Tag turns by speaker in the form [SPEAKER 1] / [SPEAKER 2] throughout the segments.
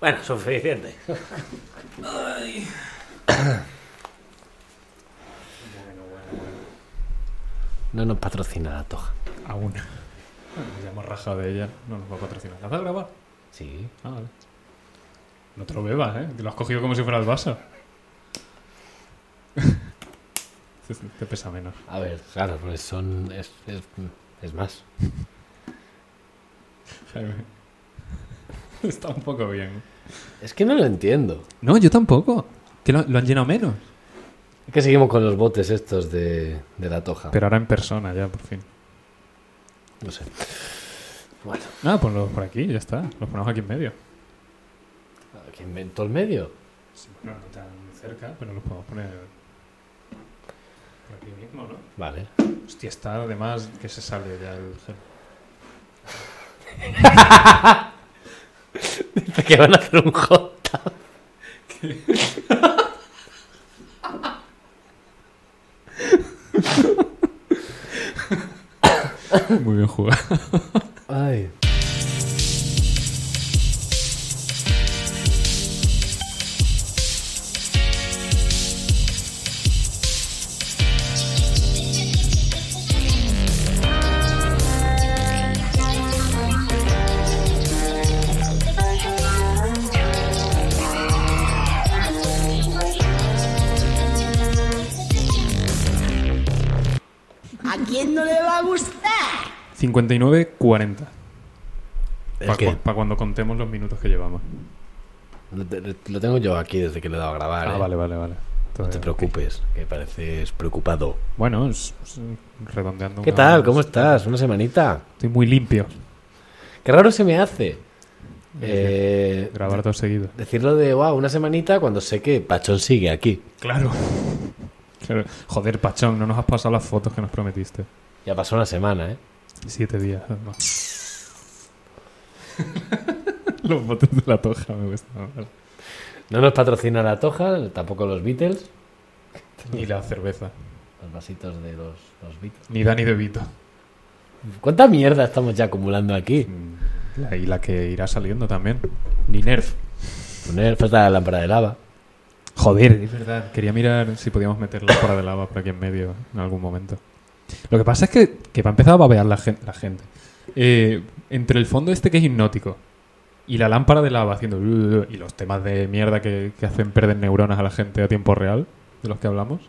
[SPEAKER 1] Bueno, suficiente.
[SPEAKER 2] No nos patrocina la toja.
[SPEAKER 3] Aún. Ya hemos rajado de ella. No nos va a patrocinar. ¿La vas a grabar?
[SPEAKER 2] Sí.
[SPEAKER 3] Ah, vale. No te lo bebas, ¿eh? Que lo has cogido como si fuera el vaso. Te- Este te pesa menos.
[SPEAKER 2] A ver, claro, pues son. Es, es, es más.
[SPEAKER 3] Jaime. Está un poco bien.
[SPEAKER 2] Es que no lo entiendo.
[SPEAKER 3] No, yo tampoco. Que lo, lo han llenado menos.
[SPEAKER 2] Es que seguimos con los botes estos de, de la toja.
[SPEAKER 3] Pero ahora en persona ya, por fin.
[SPEAKER 2] No sé. Bueno,
[SPEAKER 3] Ah, ponlo por aquí, ya está. Los ponemos aquí en medio.
[SPEAKER 2] que inventó el medio.
[SPEAKER 3] Sí, bueno, no tan cerca, pero los podemos poner por aquí mismo, ¿no?
[SPEAKER 2] Vale.
[SPEAKER 3] Hostia, está además que se sale ya el gel.
[SPEAKER 2] que van a hacer un hot tub.
[SPEAKER 3] Muy bien jugado.
[SPEAKER 2] Ay.
[SPEAKER 4] ¿A quién no le va a gustar?
[SPEAKER 3] 59-40.
[SPEAKER 2] ¿El
[SPEAKER 3] Para
[SPEAKER 2] qué?
[SPEAKER 3] cuando contemos los minutos que llevamos.
[SPEAKER 2] Lo, te- lo tengo yo aquí desde que le he dado a grabar.
[SPEAKER 3] Ah,
[SPEAKER 2] ¿eh?
[SPEAKER 3] vale, vale, vale.
[SPEAKER 2] No te
[SPEAKER 3] Todavía.
[SPEAKER 2] preocupes, que pareces preocupado.
[SPEAKER 3] Bueno, es- es redondeando.
[SPEAKER 2] ¿Qué
[SPEAKER 3] una-
[SPEAKER 2] tal? ¿Cómo estás? ¿Una semanita?
[SPEAKER 3] Estoy muy limpio.
[SPEAKER 2] Qué raro se me hace. Eh,
[SPEAKER 3] Grabar todo seguido.
[SPEAKER 2] decirlo de, wow, una semanita cuando sé que Pachón sigue aquí.
[SPEAKER 3] Claro. claro. Joder, Pachón, no nos has pasado las fotos que nos prometiste.
[SPEAKER 2] Ya pasó una semana, ¿eh?
[SPEAKER 3] Siete días, además. Los botes de la toja me gustan. más.
[SPEAKER 2] No nos patrocina la Toja, tampoco los Beatles.
[SPEAKER 3] Ni la cerveza.
[SPEAKER 2] Los vasitos de los, los Beatles.
[SPEAKER 3] Ni Dani De Vito.
[SPEAKER 2] ¿Cuánta mierda estamos ya acumulando aquí?
[SPEAKER 3] La- y la que irá saliendo también. Ni Nerf.
[SPEAKER 2] Poner falta la lámpara de lava.
[SPEAKER 3] Joder, es verdad. Quería mirar si podíamos meterla fuera de lava por aquí en medio en algún momento. Lo que pasa es que, que va a empezar a babear la, gen- la gente. Eh, entre el fondo este que es hipnótico y la lámpara de lava haciendo... y los temas de mierda que, que hacen perder neuronas a la gente a tiempo real, de los que hablamos.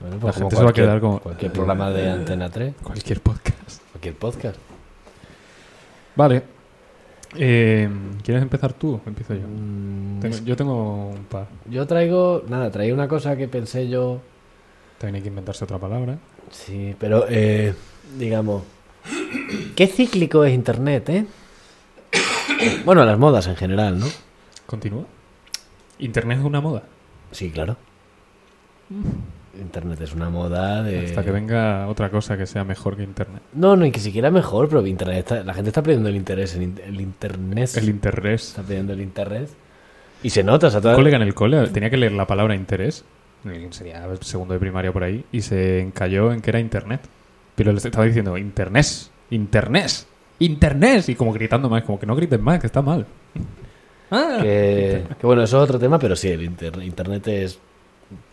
[SPEAKER 2] Bueno,
[SPEAKER 3] La
[SPEAKER 2] pues como
[SPEAKER 3] gente se va a
[SPEAKER 2] cualquier-
[SPEAKER 3] quedar como-
[SPEAKER 2] Cualquier programa de Antena 3,
[SPEAKER 3] Cualquier podcast.
[SPEAKER 2] cualquier podcast.
[SPEAKER 3] Vale. Eh, ¿Quieres empezar tú o empiezo yo?
[SPEAKER 2] Mm,
[SPEAKER 3] Tengo- yo tengo un par.
[SPEAKER 2] Yo traigo, nada, traía una cosa que pensé yo,
[SPEAKER 3] También hay que inventarse otra palabra.
[SPEAKER 2] sí, pero, eh, digamos, ¿qué cíclico es Internet, eh? Bueno, las modas en general, ¿no?
[SPEAKER 3] Continúa. ¿Internet es una moda?
[SPEAKER 2] Sí, claro. Internet es una moda de...
[SPEAKER 3] Hasta que venga otra cosa que sea mejor que Internet.
[SPEAKER 2] No, no, y que siquiera mejor, pero Internet está- la gente está perdiendo el interés en in- el Internet.
[SPEAKER 3] El interés.
[SPEAKER 2] está perdiendo el Internet. Y se nota, o sea,
[SPEAKER 3] Un
[SPEAKER 2] toda-
[SPEAKER 3] colega en el cole tenía que leer la palabra interés. Sería segundo de primaria por ahí. Y se encalló en que era Internet. Pero le estaba diciendo Internet. Internet. Internet. Y como gritando más. Como que no grites más, que está mal. Ah,
[SPEAKER 2] Que, que bueno, eso es otro tema, pero sí, el inter- internet es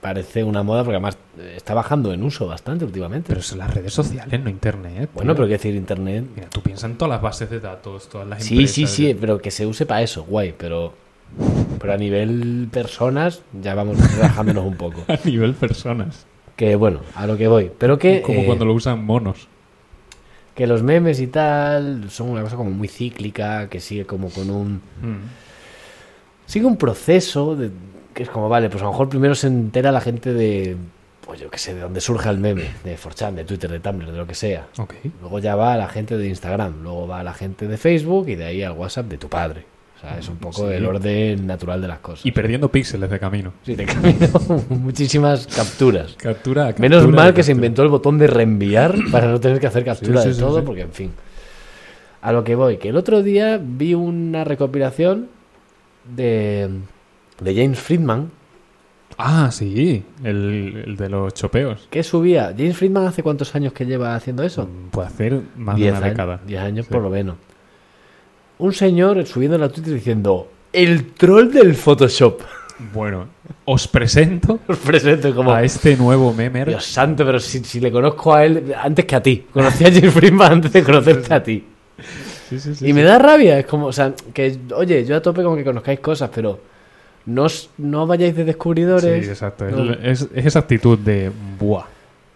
[SPEAKER 2] parece una moda porque además eh, está bajando en uso bastante últimamente.
[SPEAKER 3] Pero son las redes sociales, no internet.
[SPEAKER 2] bueno,
[SPEAKER 3] tío.
[SPEAKER 2] pero quiero decir internet.
[SPEAKER 3] Mira, tú piensas en todas las bases de datos, todas las
[SPEAKER 2] Sí,
[SPEAKER 3] empresas.
[SPEAKER 2] sí, sí, pero que se use para eso, guay, pero pero a nivel personas ya vamos relajándonos un poco.
[SPEAKER 3] A nivel personas.
[SPEAKER 2] Que bueno, a lo que voy, pero que
[SPEAKER 3] Como
[SPEAKER 2] eh,
[SPEAKER 3] cuando lo usan monos.
[SPEAKER 2] que los memes y tal son una cosa como muy cíclica, que sigue como con un
[SPEAKER 3] Mm.
[SPEAKER 2] sigue un proceso de, que es como, vale, pues a lo mejor primero se entera la gente de, pues yo qué sé, de dónde surja el meme, de 4chan, de Twitter, de Tumblr, de lo que sea.
[SPEAKER 3] Ok.
[SPEAKER 2] Luego ya va a la gente de Instagram, luego va a la gente de Facebook y de ahí al WhatsApp de tu padre. O sea, es un poco
[SPEAKER 3] Sí.
[SPEAKER 2] el orden natural de las cosas.
[SPEAKER 3] Y perdiendo píxeles de camino.
[SPEAKER 2] Sí, te camino muchísimas capturas.
[SPEAKER 3] Captura, captura
[SPEAKER 2] Menos
[SPEAKER 3] de
[SPEAKER 2] mal que se
[SPEAKER 3] captura.
[SPEAKER 2] inventó el botón de reenviar para no tener que hacer captura
[SPEAKER 3] Sí, sí,
[SPEAKER 2] de
[SPEAKER 3] sí,
[SPEAKER 2] todo,
[SPEAKER 3] sí.
[SPEAKER 2] porque en fin. A lo que voy, que el otro día vi una recopilación de, de James Friedman,
[SPEAKER 3] Ah, sí. El, el de los chopeos.
[SPEAKER 2] que subía. James Friedman hace cuántos años que lleva haciendo eso?
[SPEAKER 3] Mm, Puede hacer más de
[SPEAKER 2] Diez
[SPEAKER 3] una
[SPEAKER 2] años,
[SPEAKER 3] década.
[SPEAKER 2] diez años
[SPEAKER 3] Sí.
[SPEAKER 2] por lo menos. Un señor subiendo la Twitter diciendo, El troll del Photoshop.
[SPEAKER 3] Bueno, os presento
[SPEAKER 2] Os presento como.
[SPEAKER 3] a este nuevo memer.
[SPEAKER 2] Dios santo, pero si, si le conozco a él antes que a ti. Conocí a Jim Freeman antes de conocerte a ti.
[SPEAKER 3] Sí, sí, sí,
[SPEAKER 2] Y me
[SPEAKER 3] sí.
[SPEAKER 2] da rabia, es como, o sea, que, oye, yo a tope con que conozcáis cosas, pero no, os- no vayáis de descubridores,
[SPEAKER 3] Sí, exacto.
[SPEAKER 2] No.
[SPEAKER 3] Es, es esa actitud de, buah,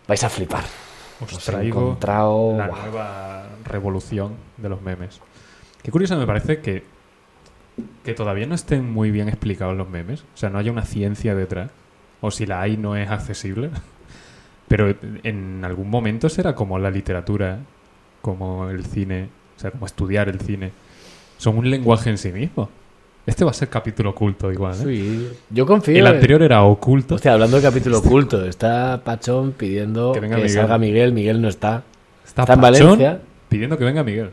[SPEAKER 2] vais a flipar.
[SPEAKER 3] os
[SPEAKER 2] Os he
[SPEAKER 3] traigo
[SPEAKER 2] encontrado...
[SPEAKER 3] la
[SPEAKER 2] guau.
[SPEAKER 3] nueva revolución de los memes. Qué curioso me parece que, que todavía no estén muy bien explicados los memes. O sea, no haya una ciencia detrás. O si la hay, no es accesible. Pero en algún momento será como la literatura, como el cine, o sea, como estudiar el cine. Son un lenguaje en sí mismo. Este va a ser capítulo oculto igual. ¿eh?
[SPEAKER 2] Sí, yo confío.
[SPEAKER 3] El
[SPEAKER 2] en-
[SPEAKER 3] anterior era oculto.
[SPEAKER 2] Hostia, hablando de capítulo oculto, está Pachón pidiendo
[SPEAKER 3] Que
[SPEAKER 2] que,
[SPEAKER 3] venga Miguel.
[SPEAKER 2] salga Miguel, Miguel no está.
[SPEAKER 3] Está,
[SPEAKER 2] está en
[SPEAKER 3] Pachón
[SPEAKER 2] Valencia.
[SPEAKER 3] pidiendo que venga Miguel.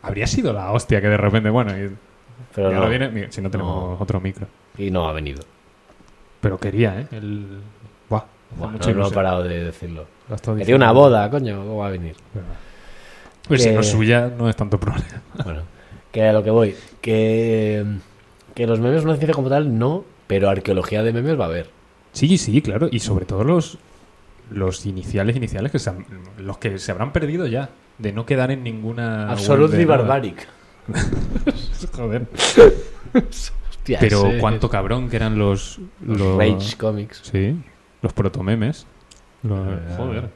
[SPEAKER 3] Habría sido la hostia que de repente, bueno, y-
[SPEAKER 2] Pero
[SPEAKER 3] y
[SPEAKER 2] no,
[SPEAKER 3] ahora viene Miguel, si no tenemos otro micro.
[SPEAKER 2] y no ha venido.
[SPEAKER 3] Pero quería, ¿eh? El... Buah, hace
[SPEAKER 2] Bueno,
[SPEAKER 3] mucha
[SPEAKER 2] no, no he
[SPEAKER 3] ilusión.
[SPEAKER 2] parado de decirlo.
[SPEAKER 3] Lo has estado
[SPEAKER 2] Que tiene
[SPEAKER 3] diciendo.
[SPEAKER 2] una boda, coño, ¿cómo va a venir?
[SPEAKER 3] Pues si
[SPEAKER 2] Que-
[SPEAKER 3] no es suya, no es tanto problema.
[SPEAKER 2] Bueno, que a lo que voy, que, que los memes, una ciencia como tal, no, pero arqueología de memes va a haber.
[SPEAKER 3] Sí, sí, claro. Y sobre todo los, los iniciales, iniciales, que se han- los que se habrán perdido ya. De no quedar en ninguna...
[SPEAKER 2] Absolutely
[SPEAKER 3] web de nada.
[SPEAKER 2] barbaric.
[SPEAKER 3] Joder.
[SPEAKER 2] Hostia,
[SPEAKER 3] Pero
[SPEAKER 2] ese-
[SPEAKER 3] cuánto cabrón que eran los...
[SPEAKER 2] Los
[SPEAKER 3] los-
[SPEAKER 2] Rage Comics.
[SPEAKER 3] Sí, los protomemes. Los-
[SPEAKER 2] Ah.
[SPEAKER 3] Joder.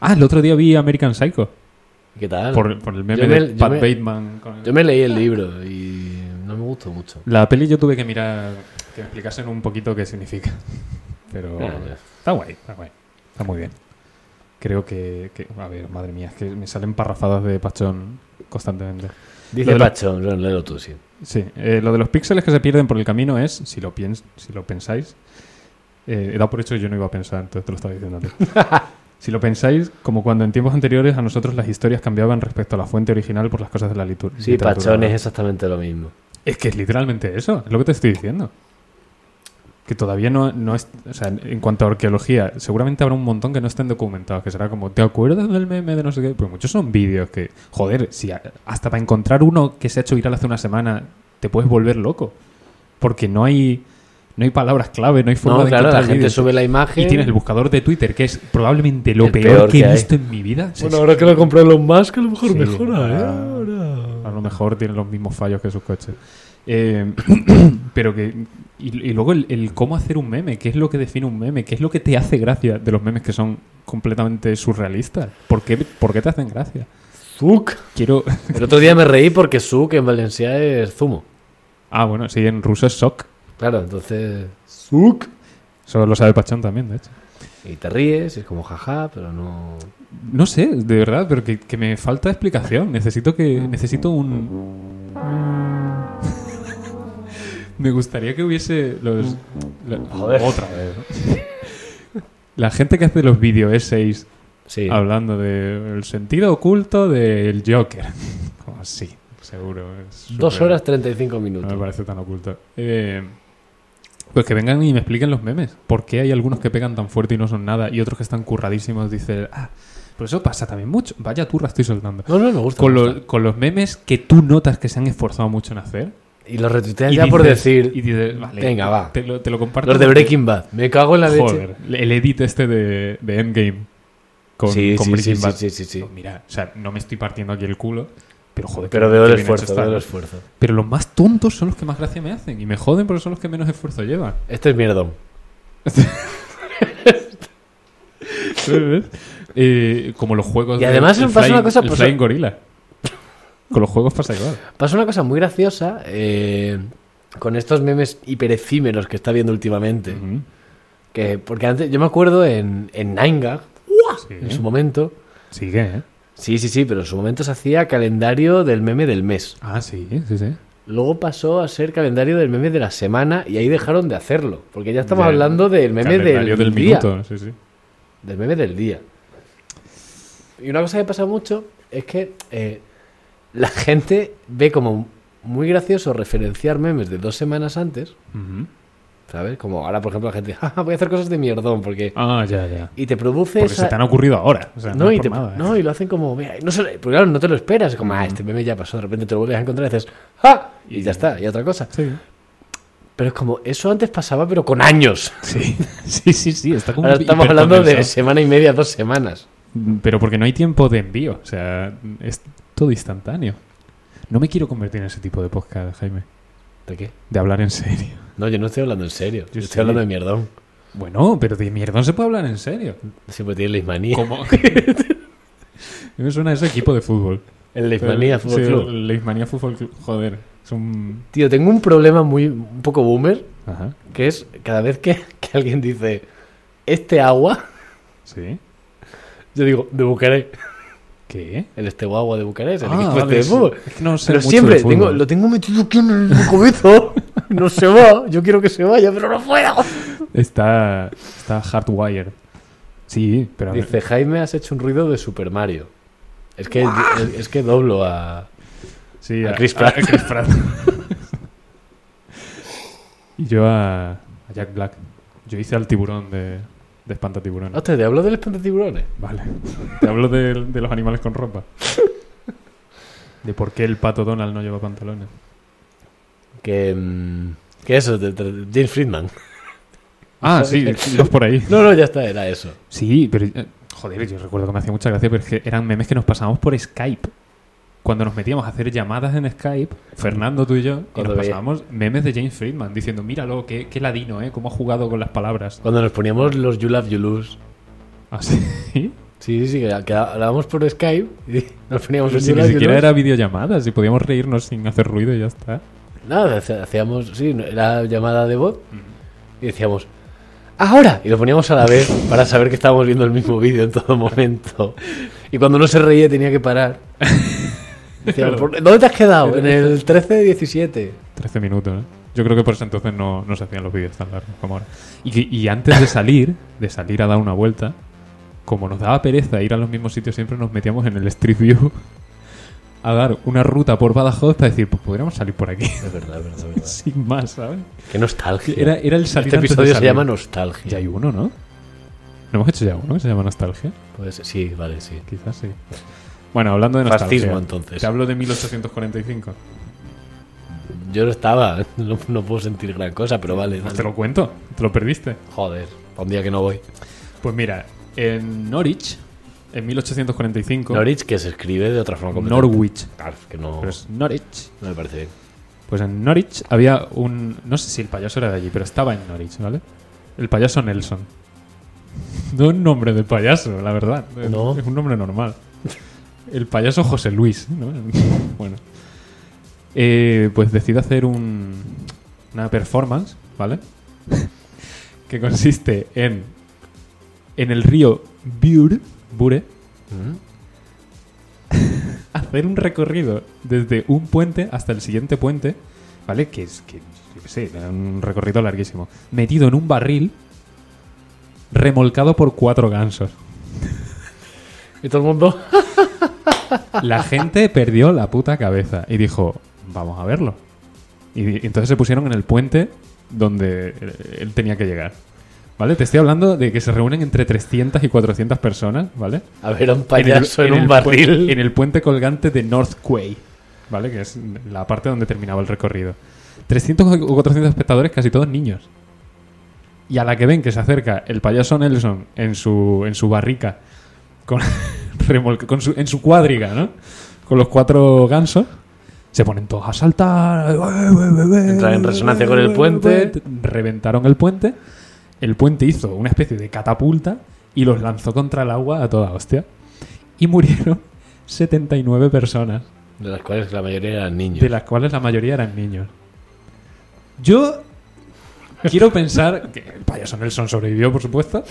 [SPEAKER 3] Ah, el otro día vi American Psycho.
[SPEAKER 2] ¿Qué tal?
[SPEAKER 3] Por, por el meme
[SPEAKER 2] Ah. Yo me-
[SPEAKER 3] de
[SPEAKER 2] yo
[SPEAKER 3] Pat
[SPEAKER 2] me-
[SPEAKER 3] Bateman. con el-
[SPEAKER 2] Yo me leí el libro y no me gustó mucho.
[SPEAKER 3] La peli yo tuve que mirar, que me explicasen un poquito qué significa. Pero
[SPEAKER 2] Ah, ya.
[SPEAKER 3] está guay, está guay. Está muy bien. Creo que, que- A ver, madre mía, es que me salen parrafadas de pachón constantemente. Lo
[SPEAKER 2] Dice
[SPEAKER 3] de la-
[SPEAKER 2] Pachón, bueno, léelo tú, sí.
[SPEAKER 3] Sí, eh, lo de los píxeles que se pierden por el camino es, si lo, piens si lo pensáis, eh, he dado por hecho que yo no iba a pensar, entonces te lo estaba diciendo a ti. si lo pensáis, como cuando en tiempos anteriores a nosotros las historias cambiaban respecto a la fuente original por las cosas de la litur- literatura.
[SPEAKER 2] Sí, Pachón es exactamente lo mismo.
[SPEAKER 3] Es que es literalmente eso, es lo que te estoy diciendo. Que todavía no, no es. O sea, en en cuanto a arqueología, seguramente habrá un montón que no estén documentados, que será como, ¿te acuerdas del meme de no sé qué? Pues muchos son vídeos que. Joder, si a- hasta para encontrar uno que se ha hecho viral hace una semana, te puedes volver loco. Porque no hay. No hay palabras clave, no hay forma
[SPEAKER 2] No,
[SPEAKER 3] de
[SPEAKER 2] claro, la
[SPEAKER 3] encontrar
[SPEAKER 2] gente
[SPEAKER 3] vídeos.
[SPEAKER 2] sube la imagen.
[SPEAKER 3] Y tienes el buscador de Twitter, que es probablemente lo
[SPEAKER 2] El
[SPEAKER 3] peor,
[SPEAKER 2] peor
[SPEAKER 3] que,
[SPEAKER 2] que
[SPEAKER 3] he
[SPEAKER 2] hay.
[SPEAKER 3] visto en mi vida. O sea,
[SPEAKER 2] ahora que lo compró Elon Musk, a lo mejor
[SPEAKER 3] Sí, ahora- A lo mejor tienen los mismos fallos que sus coches. Eh, pero que. Y, y luego el, el cómo hacer un meme, qué es lo que define un meme, qué es lo que te hace gracia de los memes que son completamente surrealistas. ¿Por qué, por qué te hacen gracia?
[SPEAKER 2] Zuc.
[SPEAKER 3] Quiero.
[SPEAKER 2] El otro día me reí porque Zuc en Valencia es zumo.
[SPEAKER 3] Ah, bueno, sí, en ruso es shock.
[SPEAKER 2] Claro, entonces. Zuc.
[SPEAKER 3] Eso lo sabe Pachón también, de hecho.
[SPEAKER 2] Y te ríes, y es como jaja, pero no.
[SPEAKER 3] No sé, de verdad, pero que, que me falta explicación. Necesito que. Necesito un. me gustaría que hubiese los. la-
[SPEAKER 2] Joder.
[SPEAKER 3] Otra vez. La gente que hace los video essays
[SPEAKER 2] Sí.
[SPEAKER 3] hablando del sentido oculto del Joker. Como así, seguro. es
[SPEAKER 2] Dos
[SPEAKER 3] súper-
[SPEAKER 2] horas 35
[SPEAKER 3] no me
[SPEAKER 2] minutos.
[SPEAKER 3] parece tan oculto. Eh, pues que vengan y me expliquen los memes. ¿Por qué hay algunos que pegan tan fuerte y no son nada? Y otros que están curradísimos, dice, ah, pero eso pasa también mucho. Vaya turra estoy soltando.
[SPEAKER 2] No, no, me gusta.
[SPEAKER 3] Con,
[SPEAKER 2] me
[SPEAKER 3] lo-
[SPEAKER 2] gusta.
[SPEAKER 3] con los memes que tú notas que se han esforzado mucho en hacer.
[SPEAKER 2] Y los retuiteas
[SPEAKER 3] y
[SPEAKER 2] ya por
[SPEAKER 3] dices-
[SPEAKER 2] decir.
[SPEAKER 3] y dices, vale,
[SPEAKER 2] venga, va.
[SPEAKER 3] Te lo, te lo comparto.
[SPEAKER 2] Los de
[SPEAKER 3] porque-
[SPEAKER 2] Breaking Bad. Me cago en la leche.
[SPEAKER 3] Joder, el edit este de, de Endgame. Con,
[SPEAKER 2] Sí,
[SPEAKER 3] con
[SPEAKER 2] sí,
[SPEAKER 3] Breaking
[SPEAKER 2] sí,
[SPEAKER 3] Bad.
[SPEAKER 2] sí, sí, sí, sí.
[SPEAKER 3] No, mira, o sea, no me estoy partiendo aquí el culo. Pero joder,
[SPEAKER 2] Pero
[SPEAKER 3] qué-
[SPEAKER 2] veo el
[SPEAKER 3] qué bien hecho
[SPEAKER 2] esfuerzo,
[SPEAKER 3] está,
[SPEAKER 2] veo el
[SPEAKER 3] ¿no?
[SPEAKER 2] esfuerzo.
[SPEAKER 3] Pero los más tontos son los que más gracia me hacen. Y me joden porque son los que menos esfuerzo llevan.
[SPEAKER 2] Este es mierdón.
[SPEAKER 3] Eh, como los juegos
[SPEAKER 2] Y además
[SPEAKER 3] el
[SPEAKER 2] pasa una
[SPEAKER 3] flying-
[SPEAKER 2] cosa,
[SPEAKER 3] el
[SPEAKER 2] pues,
[SPEAKER 3] Flying Gorilla. Con los juegos pasa igual.
[SPEAKER 2] Pasa una cosa muy graciosa eh, con estos memes hiperefímeros que está viendo últimamente.
[SPEAKER 3] Ujú.
[SPEAKER 2] que, porque antes, yo me acuerdo en, en Nine Gag, en su
[SPEAKER 3] Sí. ¿eh?
[SPEAKER 2] momento.
[SPEAKER 3] Sigue, ¿eh?
[SPEAKER 2] Sí, sí, sí, pero en su momento se hacía calendario del meme del mes.
[SPEAKER 3] Ah, sí, sí, sí.
[SPEAKER 2] Luego pasó a ser calendario del meme de la semana y ahí dejaron de hacerlo. Porque ya estamos
[SPEAKER 3] Ya,
[SPEAKER 2] hablando del meme
[SPEAKER 3] Calendario
[SPEAKER 2] del,
[SPEAKER 3] del
[SPEAKER 2] día.
[SPEAKER 3] minuto. Sí, sí.
[SPEAKER 2] Del meme del día. Y una cosa que pasa mucho es que eh, la gente ve como muy gracioso referenciar memes de dos semanas antes
[SPEAKER 3] Ujú.
[SPEAKER 2] ¿Sabes? Como ahora, por ejemplo, la gente, "Ja, ja, voy a hacer cosas de mierdón, porque.
[SPEAKER 3] Ah, ya, ya.
[SPEAKER 2] Y te produce.
[SPEAKER 3] Porque
[SPEAKER 2] esa-
[SPEAKER 3] se te han ocurrido ahora. O sea, no,
[SPEAKER 2] no,
[SPEAKER 3] es
[SPEAKER 2] y
[SPEAKER 3] por
[SPEAKER 2] te-
[SPEAKER 3] nada, ¿eh? Mm.
[SPEAKER 2] no, y lo hacen como. mira, no se lo- porque claro, no te lo esperas. Como, ah, este meme ya pasó. De repente te lo vuelves a encontrar y dices, ¡ah! Y ya está, y otra cosa.
[SPEAKER 3] Sí.
[SPEAKER 2] Pero es como, eso antes pasaba, pero con años.
[SPEAKER 3] Sí. sí, sí, sí, está como
[SPEAKER 2] Ahora estamos hablando de
[SPEAKER 3] hipercompensado.
[SPEAKER 2] semana y media, dos semanas.
[SPEAKER 3] Pero porque no hay tiempo de envío. O sea, es todo instantáneo. No me quiero convertir en ese tipo de podcast, Jaime.
[SPEAKER 2] ¿De qué?
[SPEAKER 3] De hablar en serio.
[SPEAKER 2] No, yo no estoy hablando en serio. Yo,
[SPEAKER 3] Yo
[SPEAKER 2] estoy
[SPEAKER 3] sí.
[SPEAKER 2] hablando de mierdón.
[SPEAKER 3] Bueno, pero de mierda no se puede hablar en serio.
[SPEAKER 2] Siempre tiene Leismanía.
[SPEAKER 3] Como... me suena a ese equipo de fútbol.
[SPEAKER 2] El Leismanía Fútbol
[SPEAKER 3] Sí,
[SPEAKER 2] Club.
[SPEAKER 3] Leismanía Fútbol Club. Joder. Es un...
[SPEAKER 2] Tío, tengo un problema muy un poco boomer,
[SPEAKER 3] Ajá.
[SPEAKER 2] que es cada vez que, que alguien dice, este agua,
[SPEAKER 3] Sí.
[SPEAKER 2] yo digo, de Bucarest.
[SPEAKER 3] ¿Qué?
[SPEAKER 2] El este agua de Bucarest, el
[SPEAKER 3] Ah,
[SPEAKER 2] equipo
[SPEAKER 3] vale,
[SPEAKER 2] este de
[SPEAKER 3] sí.
[SPEAKER 2] fútbol.
[SPEAKER 3] Es que no sé
[SPEAKER 2] Pero
[SPEAKER 3] mucho
[SPEAKER 2] siempre
[SPEAKER 3] de fútbol.
[SPEAKER 2] tengo, lo tengo metido aquí en el comienzo. No se va. Yo quiero que se vaya, pero no puedo.
[SPEAKER 3] Está, está hardwired. Sí, pero...
[SPEAKER 2] Dice, Jaime, has hecho un ruido de Super Mario. Es que, es que doblo a...
[SPEAKER 3] Sí,
[SPEAKER 2] A Chris Pratt.
[SPEAKER 3] a Chris Pratt. y yo a, a Jack Black. Yo hice al tiburón de, de Espanta Tiburón.
[SPEAKER 2] Hostia, te hablo del espantatiburones.
[SPEAKER 3] Vale. Te hablo de, de los animales con ropa. De por qué el pato Donald no lleva pantalones.
[SPEAKER 2] Que... mm, que eso, de, de- de James Friedman.
[SPEAKER 3] Ah, sí, los por ahí.
[SPEAKER 2] No, no, ya está, era eso.
[SPEAKER 3] Sí, pero. eh, Joder, yo recuerdo que me hacía mucha gracia, pero es que eran memes que nos pasábamos por Skype. Cuando nos metíamos a hacer llamadas en Skype, Fernando, tú y yo, y
[SPEAKER 2] Cuando
[SPEAKER 3] nos
[SPEAKER 2] veía-
[SPEAKER 3] pasábamos memes de James Friedman diciendo: Míralo, qué, qué ladino, ¿eh? Cómo ha jugado con las palabras.
[SPEAKER 2] Cuando nos poníamos los You Love You Lose.
[SPEAKER 3] ¿Ah,
[SPEAKER 2] Pues
[SPEAKER 3] sí?
[SPEAKER 2] Sí, sí, sí, que que hablábamos por Skype y nos poníamos un
[SPEAKER 3] Pero si
[SPEAKER 2] You
[SPEAKER 3] ni
[SPEAKER 2] Love You
[SPEAKER 3] siquiera
[SPEAKER 2] Lose.
[SPEAKER 3] era videollamada, si podíamos reírnos sin hacer ruido y ya está.
[SPEAKER 2] Nada, hace- hacíamos, sí, era llamada de voz y decíamos, ¡ahora! Y lo poníamos a la vez para saber que estábamos viendo el mismo vídeo en todo momento. Y cuando no se reía tenía que parar. Decíamos,
[SPEAKER 3] Claro.
[SPEAKER 2] "¿Por- ¿Dónde te has quedado? En el 13-17.
[SPEAKER 3] 13 minutos, ¿eh? Yo creo que por ese entonces no, no se hacían los vídeos tan largos como ahora. Y, que- y antes de salir, de salir a dar una vuelta, como nos daba pereza ir a los mismos sitios, siempre nos metíamos en el Street View a dar una ruta por Badajoz para decir, pues podríamos salir por aquí.
[SPEAKER 2] Es verdad, es verdad, es verdad.
[SPEAKER 3] Sin más, ¿sabes?
[SPEAKER 2] Qué nostalgia.
[SPEAKER 3] Era, era el salir
[SPEAKER 2] este
[SPEAKER 3] antes de
[SPEAKER 2] episodio se
[SPEAKER 3] salir.
[SPEAKER 2] llama
[SPEAKER 3] Ya
[SPEAKER 2] Nostalgia.
[SPEAKER 3] hay uno, ¿no? ¿No hemos hecho ya uno que se llama Nostalgia?
[SPEAKER 2] Pues, sí, vale, sí.
[SPEAKER 3] Quizás sí. Bueno, hablando de nostalgia.
[SPEAKER 2] Fascismo, entonces.
[SPEAKER 3] Te hablo de 1845.
[SPEAKER 2] Yo no estaba, no, no puedo sentir gran cosa, pero vale.
[SPEAKER 3] Pues
[SPEAKER 2] dale.
[SPEAKER 3] te lo cuento, te lo perdiste.
[SPEAKER 2] Joder, pa' un día que no voy.
[SPEAKER 3] Pues mira, en Norwich, en 1845.
[SPEAKER 2] Norwich, que se escribe de otra forma completamente.
[SPEAKER 3] Norwich. Pues-
[SPEAKER 2] Claro, que no,
[SPEAKER 3] Pero es Norwich.
[SPEAKER 2] no me parece bien.
[SPEAKER 3] Pues en Norwich había un. No sé si el payaso era de allí, pero estaba en Norwich, ¿vale? El payaso Nelson. No un nombre de payaso, la verdad. Es-
[SPEAKER 2] No.
[SPEAKER 3] Es un nombre normal. El payaso José Luis, ¿no? Bueno. Eh, pues decide hacer un, una performance, ¿vale? que consiste en. En el río Bure, Bure, Mm. hacer un recorrido desde un puente hasta el siguiente puente, ¿vale? Que es que, yo qué sé, era un recorrido larguísimo. Metido en un barril, remolcado por cuatro gansos.
[SPEAKER 2] Y todo el mundo.
[SPEAKER 3] La gente perdió la puta cabeza y dijo, vamos a verlo. Y, di- entonces se pusieron en el puente donde eh, él tenía que llegar. ¿Vale? Te estoy hablando de que se reúnen entre 300 y 400 personas, ¿vale?
[SPEAKER 2] A ver a un payaso en,
[SPEAKER 3] el-
[SPEAKER 2] un
[SPEAKER 3] el
[SPEAKER 2] barril.
[SPEAKER 3] pu- En el puente colgante de North Quay, ¿vale? Que es la parte donde terminaba el recorrido. 300 o 400 espectadores, casi todos niños. Y a la que ven que se acerca el payaso Nelson en su, en su barrica, con, remolca- con su, en su cuadriga, ¿no? Con los cuatro gansos, se ponen todos a saltar. Entran
[SPEAKER 2] Entran en resonancia con el puente.
[SPEAKER 3] Reventaron el puente. El puente hizo una especie de catapulta y los lanzó contra el agua a toda hostia. Y murieron 79 personas,
[SPEAKER 2] De las cuales la mayoría eran niños.
[SPEAKER 3] de las cuales la mayoría eran niños. Yo quiero pensar que el payaso Nelson sobrevivió, por supuesto.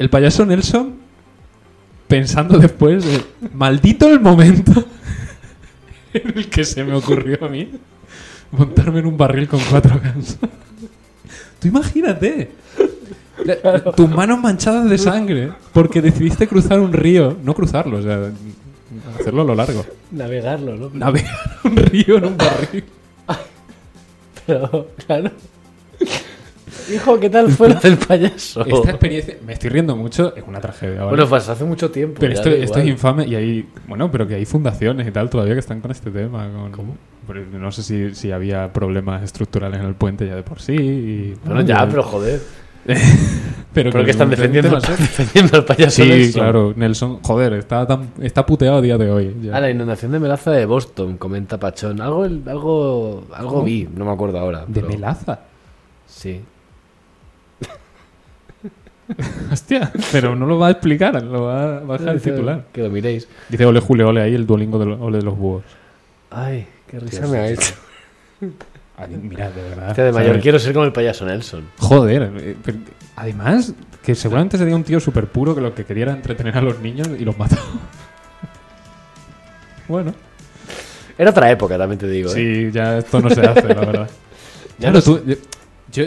[SPEAKER 3] El payaso Nelson, pensando después, de, maldito el momento en el que se me ocurrió a mí montarme en un barril con cuatro gansos. Tú imagínate. la- Tus manos manchadas de sangre porque decidiste cruzar un río, no cruzarlo, o sea, hacerlo a lo largo.
[SPEAKER 2] Navegarlo, ¿no?
[SPEAKER 3] Navegar un río en un barril.
[SPEAKER 2] Pero, claro. Hijo, ¿qué tal fue lo del payaso?
[SPEAKER 3] Esta experiencia, me estoy riendo mucho, es una tragedia. ¿vale?
[SPEAKER 2] Bueno, pues hace mucho tiempo.
[SPEAKER 3] pero
[SPEAKER 2] ya
[SPEAKER 3] esto,
[SPEAKER 2] da
[SPEAKER 3] esto es
[SPEAKER 2] igual.
[SPEAKER 3] infame y hay, bueno, pero que hay fundaciones y tal todavía que están con este tema. con-
[SPEAKER 2] ¿Cómo?
[SPEAKER 3] pero No sé si, si había problemas estructurales en el puente ya de por sí. y-
[SPEAKER 2] Bueno, ya, pero joder.
[SPEAKER 3] pero
[SPEAKER 2] Pero que están defendiendo,
[SPEAKER 3] no sé.
[SPEAKER 2] defendiendo al payaso.
[SPEAKER 3] Sí,
[SPEAKER 2] Nelson.
[SPEAKER 3] claro, Nelson, joder, está, tan, está puteado a día de hoy. ya.
[SPEAKER 2] Ah, la inundación de Melaza de Boston, comenta Pachón. Algo, algo, algo
[SPEAKER 3] ¿Cómo?
[SPEAKER 2] vi, no me acuerdo ahora.
[SPEAKER 3] De
[SPEAKER 2] pero-
[SPEAKER 3] melaza.
[SPEAKER 2] Sí.
[SPEAKER 3] Hostia, pero no lo va a explicar, lo va, va a dejar el titular.
[SPEAKER 2] Que lo miréis.
[SPEAKER 3] Dice ole Julio, ole ahí el duolingo de, lo- ole de los búhos.
[SPEAKER 2] Ay, qué risa
[SPEAKER 3] Dios,
[SPEAKER 2] me ha
[SPEAKER 3] sí,
[SPEAKER 2] hecho.
[SPEAKER 3] Ay, mira, de verdad.
[SPEAKER 2] Hostia, de mayor
[SPEAKER 3] ¿sabes?
[SPEAKER 2] quiero ser como el payaso Nelson.
[SPEAKER 3] Joder, eh, pero- además, que seguramente sería un tío súper puro que lo que quería era entretener a los niños y los mató. Bueno,
[SPEAKER 2] Era otra época, también te digo. ¿eh?
[SPEAKER 3] sí, ya esto no se hace, la verdad.
[SPEAKER 2] Ya
[SPEAKER 3] Claro, tú. Yo,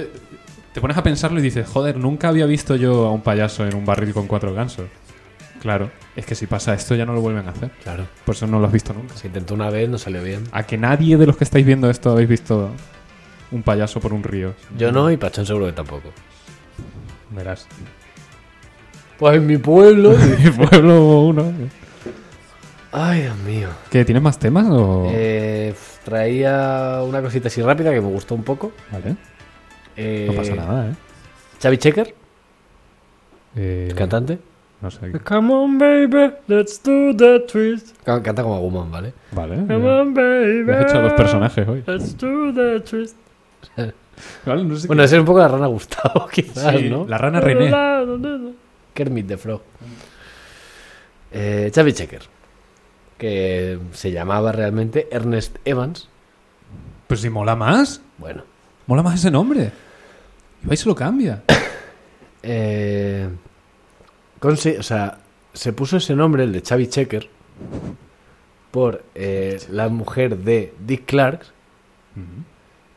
[SPEAKER 3] te pones a pensarlo y dices, joder, nunca había visto yo a un payaso en un barril con cuatro gansos. Claro, es que si pasa esto ya no lo vuelven a hacer.
[SPEAKER 2] Claro.
[SPEAKER 3] Por eso no lo has visto nunca.
[SPEAKER 2] Se intentó una vez, no salió bien.
[SPEAKER 3] A que nadie de los que estáis viendo esto habéis visto un payaso por un río.
[SPEAKER 2] Yo no, y Pachón seguro que tampoco.
[SPEAKER 3] Verás.
[SPEAKER 2] Pues en mi pueblo.
[SPEAKER 3] El pueblo uno.
[SPEAKER 2] Ay, Dios mío.
[SPEAKER 3] ¿Qué? ¿Tienes más temas o...?
[SPEAKER 2] Eh, f- traía una cosita así rápida que me gustó un poco.
[SPEAKER 3] vale.
[SPEAKER 2] Eh,
[SPEAKER 3] No pasa nada, ¿eh?
[SPEAKER 2] Xavi Checker,
[SPEAKER 3] Eh,
[SPEAKER 2] cantante.
[SPEAKER 3] No sé.
[SPEAKER 2] Come on, baby, let's do the twist. Canta como Guman, ¿vale?
[SPEAKER 3] Vale.
[SPEAKER 2] on, baby.
[SPEAKER 3] Me has hecho a dos personajes hoy.
[SPEAKER 2] Let's do the twist.
[SPEAKER 3] Vale, no sé
[SPEAKER 2] Bueno, ese es un poco la rana Gustavo, quizás,
[SPEAKER 3] Sí,
[SPEAKER 2] ¿no?
[SPEAKER 3] la rana René.
[SPEAKER 2] Kermit the Frog. Eh, Xavi Checker, que se llamaba realmente Ernest Evans.
[SPEAKER 3] Pero si mola más.
[SPEAKER 2] Bueno,
[SPEAKER 3] Mola más ese nombre. Y ahí se lo cambia.
[SPEAKER 2] eh, consi- o sea, se puso ese nombre, el de Xavi Checker, por eh, la mujer de Dick Clark,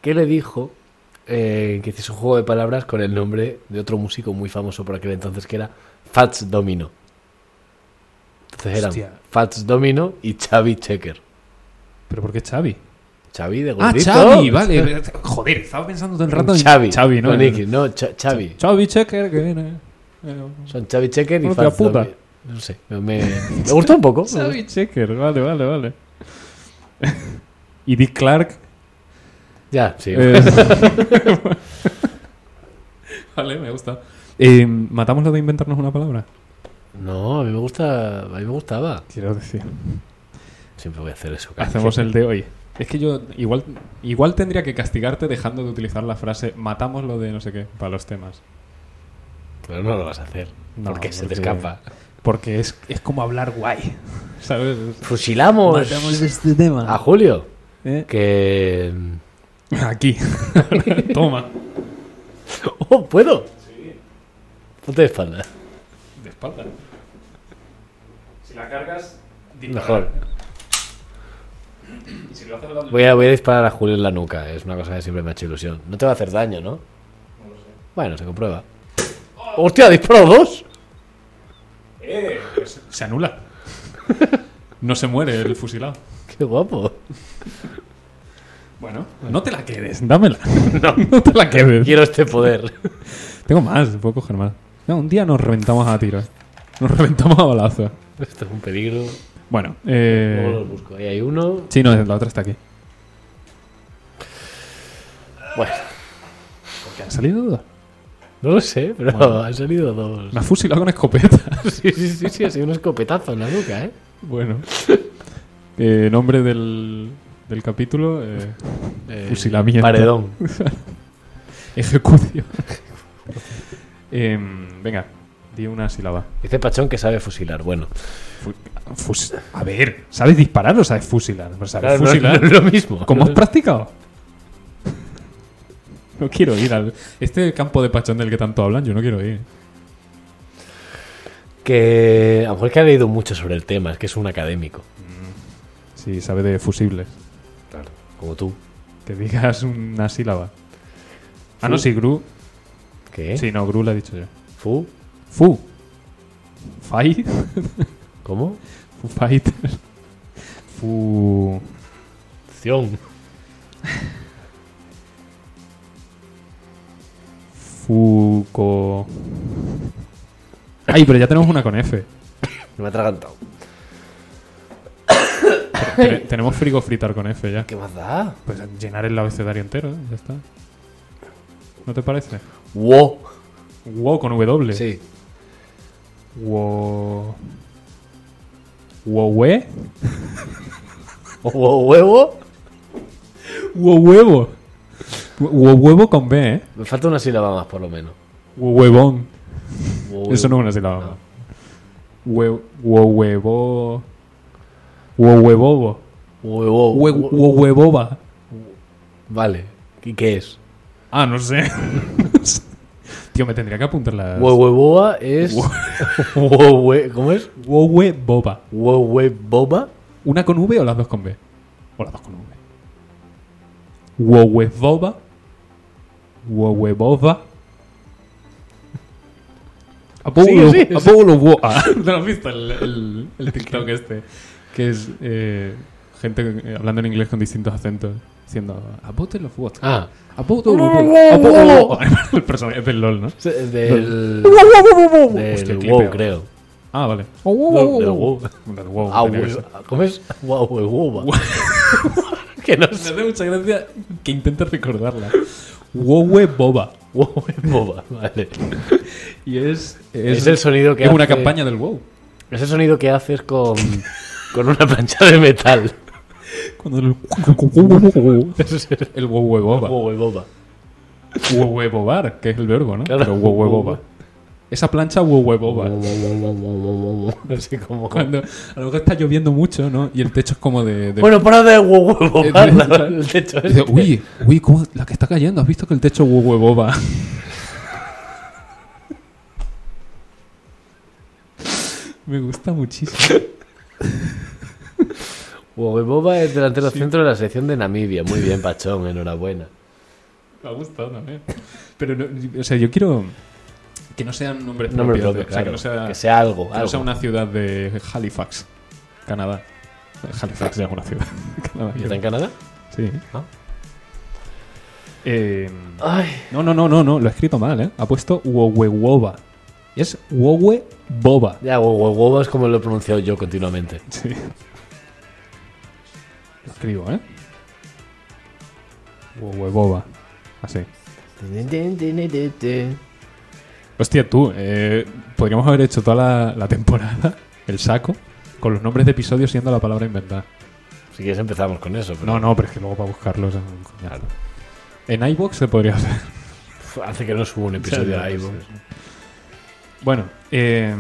[SPEAKER 2] que le dijo eh, que hiciese un juego de palabras con el nombre de otro músico muy famoso por aquel entonces que era Fats Domino. Entonces eran
[SPEAKER 3] Hostia.
[SPEAKER 2] Fats Domino y Xavi Checker.
[SPEAKER 3] ¿Pero por qué Xavi?
[SPEAKER 2] Xavi de
[SPEAKER 3] Ah,
[SPEAKER 2] gordito.
[SPEAKER 3] Xavi, vale. Joder, estaba pensando todo el rato en
[SPEAKER 2] Xavi,
[SPEAKER 3] Xavi, ¿no?
[SPEAKER 2] con X, no, Ch- Xavi.
[SPEAKER 3] Xavi Checker, que viene. Eh,
[SPEAKER 2] Son Xavi Checker y
[SPEAKER 3] Hostia
[SPEAKER 2] Fats
[SPEAKER 3] puta.
[SPEAKER 2] Domino. No sé, me, me- me gustó un poco.
[SPEAKER 3] Xavi Checker, vale, vale, vale. y Dick Clark.
[SPEAKER 2] Ya, sí.
[SPEAKER 3] eh, vale, me gusta. Eh, ¿Matamos lo de inventarnos una palabra?
[SPEAKER 2] No, a mí me gusta, a mí me gustaba.
[SPEAKER 3] Quiero decir.
[SPEAKER 2] Siempre voy a hacer eso. cara.
[SPEAKER 3] Hacemos el de hoy. Ah, Es que yo igual, igual tendría que castigarte dejando de utilizar la frase matamos lo de no sé qué para los temas.
[SPEAKER 2] Pero no lo vas a hacer.
[SPEAKER 3] No,
[SPEAKER 2] porque se te
[SPEAKER 3] porque-
[SPEAKER 2] escapa.
[SPEAKER 3] Porque es, es como hablar guay. ¿Sabes?
[SPEAKER 2] Fusilamos
[SPEAKER 3] este
[SPEAKER 2] a
[SPEAKER 3] tema.
[SPEAKER 2] Julio. Que.
[SPEAKER 3] ¿Eh? Aquí. Toma.
[SPEAKER 2] ¡Oh, puedo! Ponte de espalda.
[SPEAKER 3] De espalda. Si la cargas,
[SPEAKER 2] Mejor.
[SPEAKER 3] Y si lo haces al lado del-
[SPEAKER 2] Voy a, voy a disparar a Julio en la nuca. Es una cosa que siempre me ha hecho ilusión. No te va a hacer daño, ¿no? Bueno, se comprueba. ¡Hostia, disparo dos!
[SPEAKER 3] ¡Eh! pues se anula. No se muere el fusilado.
[SPEAKER 2] ¡Qué guapo!
[SPEAKER 3] Bueno, no te la quedes, dámela. No, no te la quedes.
[SPEAKER 2] Quiero este poder.
[SPEAKER 3] Tengo más, puedo coger más. No, un día nos reventamos a tiros. Nos reventamos a balazos.
[SPEAKER 2] Esto es un peligro.
[SPEAKER 3] Bueno,
[SPEAKER 2] Luego
[SPEAKER 3] eh.
[SPEAKER 2] los busco. Ahí hay uno.
[SPEAKER 3] Sí, no, la otra está aquí.
[SPEAKER 2] Bueno,
[SPEAKER 3] ¿Han salido dos?
[SPEAKER 2] no lo sé, pero
[SPEAKER 3] Bueno.
[SPEAKER 2] han salido dos.
[SPEAKER 3] Me ha fusilado con escopeta.
[SPEAKER 2] Sí, sí, sí, sí, ha sido un escopetazo en la nuca, ¿eh?
[SPEAKER 3] bueno. Eh, nombre del, del capítulo: eh,
[SPEAKER 2] Eh,
[SPEAKER 3] Fusilamiento.
[SPEAKER 2] Paredón.
[SPEAKER 3] Ejecución. Em, venga, di una sílaba.
[SPEAKER 2] Dice Pachón que sabe fusilar. Bueno,
[SPEAKER 3] Fu- fus- a ver, ¿sabes disparar o sabes fusilar? Pues sabes
[SPEAKER 2] Claro, no-
[SPEAKER 3] fusilar.
[SPEAKER 2] no es lo mismo.
[SPEAKER 3] ¿Cómo has practicado? No quiero ir al. Este campo de pachón del que tanto hablan, yo no quiero ir.
[SPEAKER 2] Que a lo mejor que ha leído mucho sobre el tema, es que es un académico.
[SPEAKER 3] Si sabe de fusibles.
[SPEAKER 2] Claro. Como tú.
[SPEAKER 3] Que digas una sílaba. Ah, no, sí, Gru.
[SPEAKER 2] ¿Qué?
[SPEAKER 3] Sí, no, Gru la he dicho yo.
[SPEAKER 2] ¿Fu?
[SPEAKER 3] Fu. Fight.
[SPEAKER 2] ¿Cómo?
[SPEAKER 3] Fu Fighter. Fu.
[SPEAKER 2] Ción.
[SPEAKER 3] Fuco. Ay, pero ya tenemos una con F.
[SPEAKER 2] Me he atragantado.
[SPEAKER 3] Te- tenemos frigo fritar con F ya.
[SPEAKER 2] ¿Qué más da?
[SPEAKER 3] Pues llenar el abecedario entero, ¿eh? ya está. ¿No te parece?
[SPEAKER 2] Wow.
[SPEAKER 3] Wow con W.
[SPEAKER 2] Sí.
[SPEAKER 3] Wow. Wow, hue-
[SPEAKER 2] Wow, huevo.
[SPEAKER 3] wow huevo. Wow huevo con B, ¿eh?
[SPEAKER 2] Me falta una sílaba más, por lo menos.
[SPEAKER 3] Wow huevón.
[SPEAKER 2] Wow,
[SPEAKER 3] Eso no
[SPEAKER 2] huevo.
[SPEAKER 3] es una sílaba. Hue- Wow huevo. Wow huevobo.
[SPEAKER 2] Huevo.
[SPEAKER 3] Hue- Wow huevoba.
[SPEAKER 2] Vale. ¿Y qué es?
[SPEAKER 3] Ah, no sé. Tío, me tendría que apuntar las.
[SPEAKER 2] Huehueboa es. Huehue- ¿Cómo es?
[SPEAKER 3] Wow huevoba.
[SPEAKER 2] Huehueboba.
[SPEAKER 3] ¿Una con V o las dos con B? O las dos con V. Wowevoba. Wowebova. Apolo,
[SPEAKER 2] Sigue, sigue,
[SPEAKER 3] Apolo Woa. ¿No has visto el, el- el TikTok este? Que es eh, gente eh, hablando en inglés con distintos acentos. Diciendo, Apolo of what?
[SPEAKER 2] Ah.
[SPEAKER 3] Apolo Woa. Apolo Woa. El personaje es del LOL, ¿no?
[SPEAKER 2] se- Del.
[SPEAKER 3] Hostia,
[SPEAKER 2] Del
[SPEAKER 3] clipeo.
[SPEAKER 2] wow, creo.
[SPEAKER 3] Ah, vale.
[SPEAKER 2] Del del wow.
[SPEAKER 3] Del wow,
[SPEAKER 2] Ah,
[SPEAKER 3] tenía que ser.
[SPEAKER 2] hue- ¿Cómo es? Huehueboba. Que no
[SPEAKER 3] Me
[SPEAKER 2] sé.
[SPEAKER 3] hace mucha gracia que intente recordarla. Wowe Boba.
[SPEAKER 2] Huehueboba. Vale.
[SPEAKER 3] Y es.
[SPEAKER 2] Es, el sonido que
[SPEAKER 3] es una
[SPEAKER 2] hace-
[SPEAKER 3] campaña del wow.
[SPEAKER 2] Es el sonido que haces con, con una plancha de metal.
[SPEAKER 3] Cuando el.
[SPEAKER 2] Eso es el
[SPEAKER 3] el Wowe Boba.
[SPEAKER 2] huehueboba.
[SPEAKER 3] Wowe Bobar, que es el verbo, ¿no?
[SPEAKER 2] Claro.
[SPEAKER 3] Pero Wowe Boba. Esa plancha Wowe Boba.
[SPEAKER 2] No sé cómo.
[SPEAKER 3] Cuando a lo mejor está lloviendo mucho, ¿no? Y el techo es como de. de-
[SPEAKER 2] Bueno, para de huehueboba.
[SPEAKER 3] Eh,
[SPEAKER 2] la- El techo
[SPEAKER 3] Dice,
[SPEAKER 2] este.
[SPEAKER 3] uy, uy, ¿cómo la que está cayendo? ¿Has visto que el techo Wowe Boba? Me gusta muchísimo.
[SPEAKER 2] Huehueboba es delantero centro de la selección de Namibia. Muy bien, Pachón, enhorabuena.
[SPEAKER 3] Me ha gustado también. Pero, no- o sea, yo quiero que no sean nombres
[SPEAKER 2] Nombre propio,
[SPEAKER 3] propios. o sea,
[SPEAKER 2] claro.
[SPEAKER 3] que no sea,
[SPEAKER 2] Que sea algo.
[SPEAKER 3] que no sea
[SPEAKER 2] algo.
[SPEAKER 3] una ciudad de Halifax, Canadá. Halifax ya es una ciudad. Canadá.
[SPEAKER 2] ¿Está en Canadá?
[SPEAKER 3] Sí.
[SPEAKER 2] Ah.
[SPEAKER 3] Eh,
[SPEAKER 2] Ay.
[SPEAKER 3] no, no, no, no, no, lo he escrito mal, ¿eh? Ha puesto Wowewoba. Y es Wowe Boba.
[SPEAKER 2] Ya, huehueboba es como lo he pronunciado yo continuamente.
[SPEAKER 3] Sí. Lo escribo, ¿eh? Wowe Así. Hostia, tú, eh, podríamos haber hecho toda la, la temporada, el saco, con los nombres de episodios siendo la palabra inventada.
[SPEAKER 2] Si quieres empezamos con eso. Pero
[SPEAKER 3] No, no, pero es que luego para buscarlos es un coñazo. En iBox se podría hacer.
[SPEAKER 2] Uf, Hace que no subo un episodio a iVoox.
[SPEAKER 3] Bueno, eh,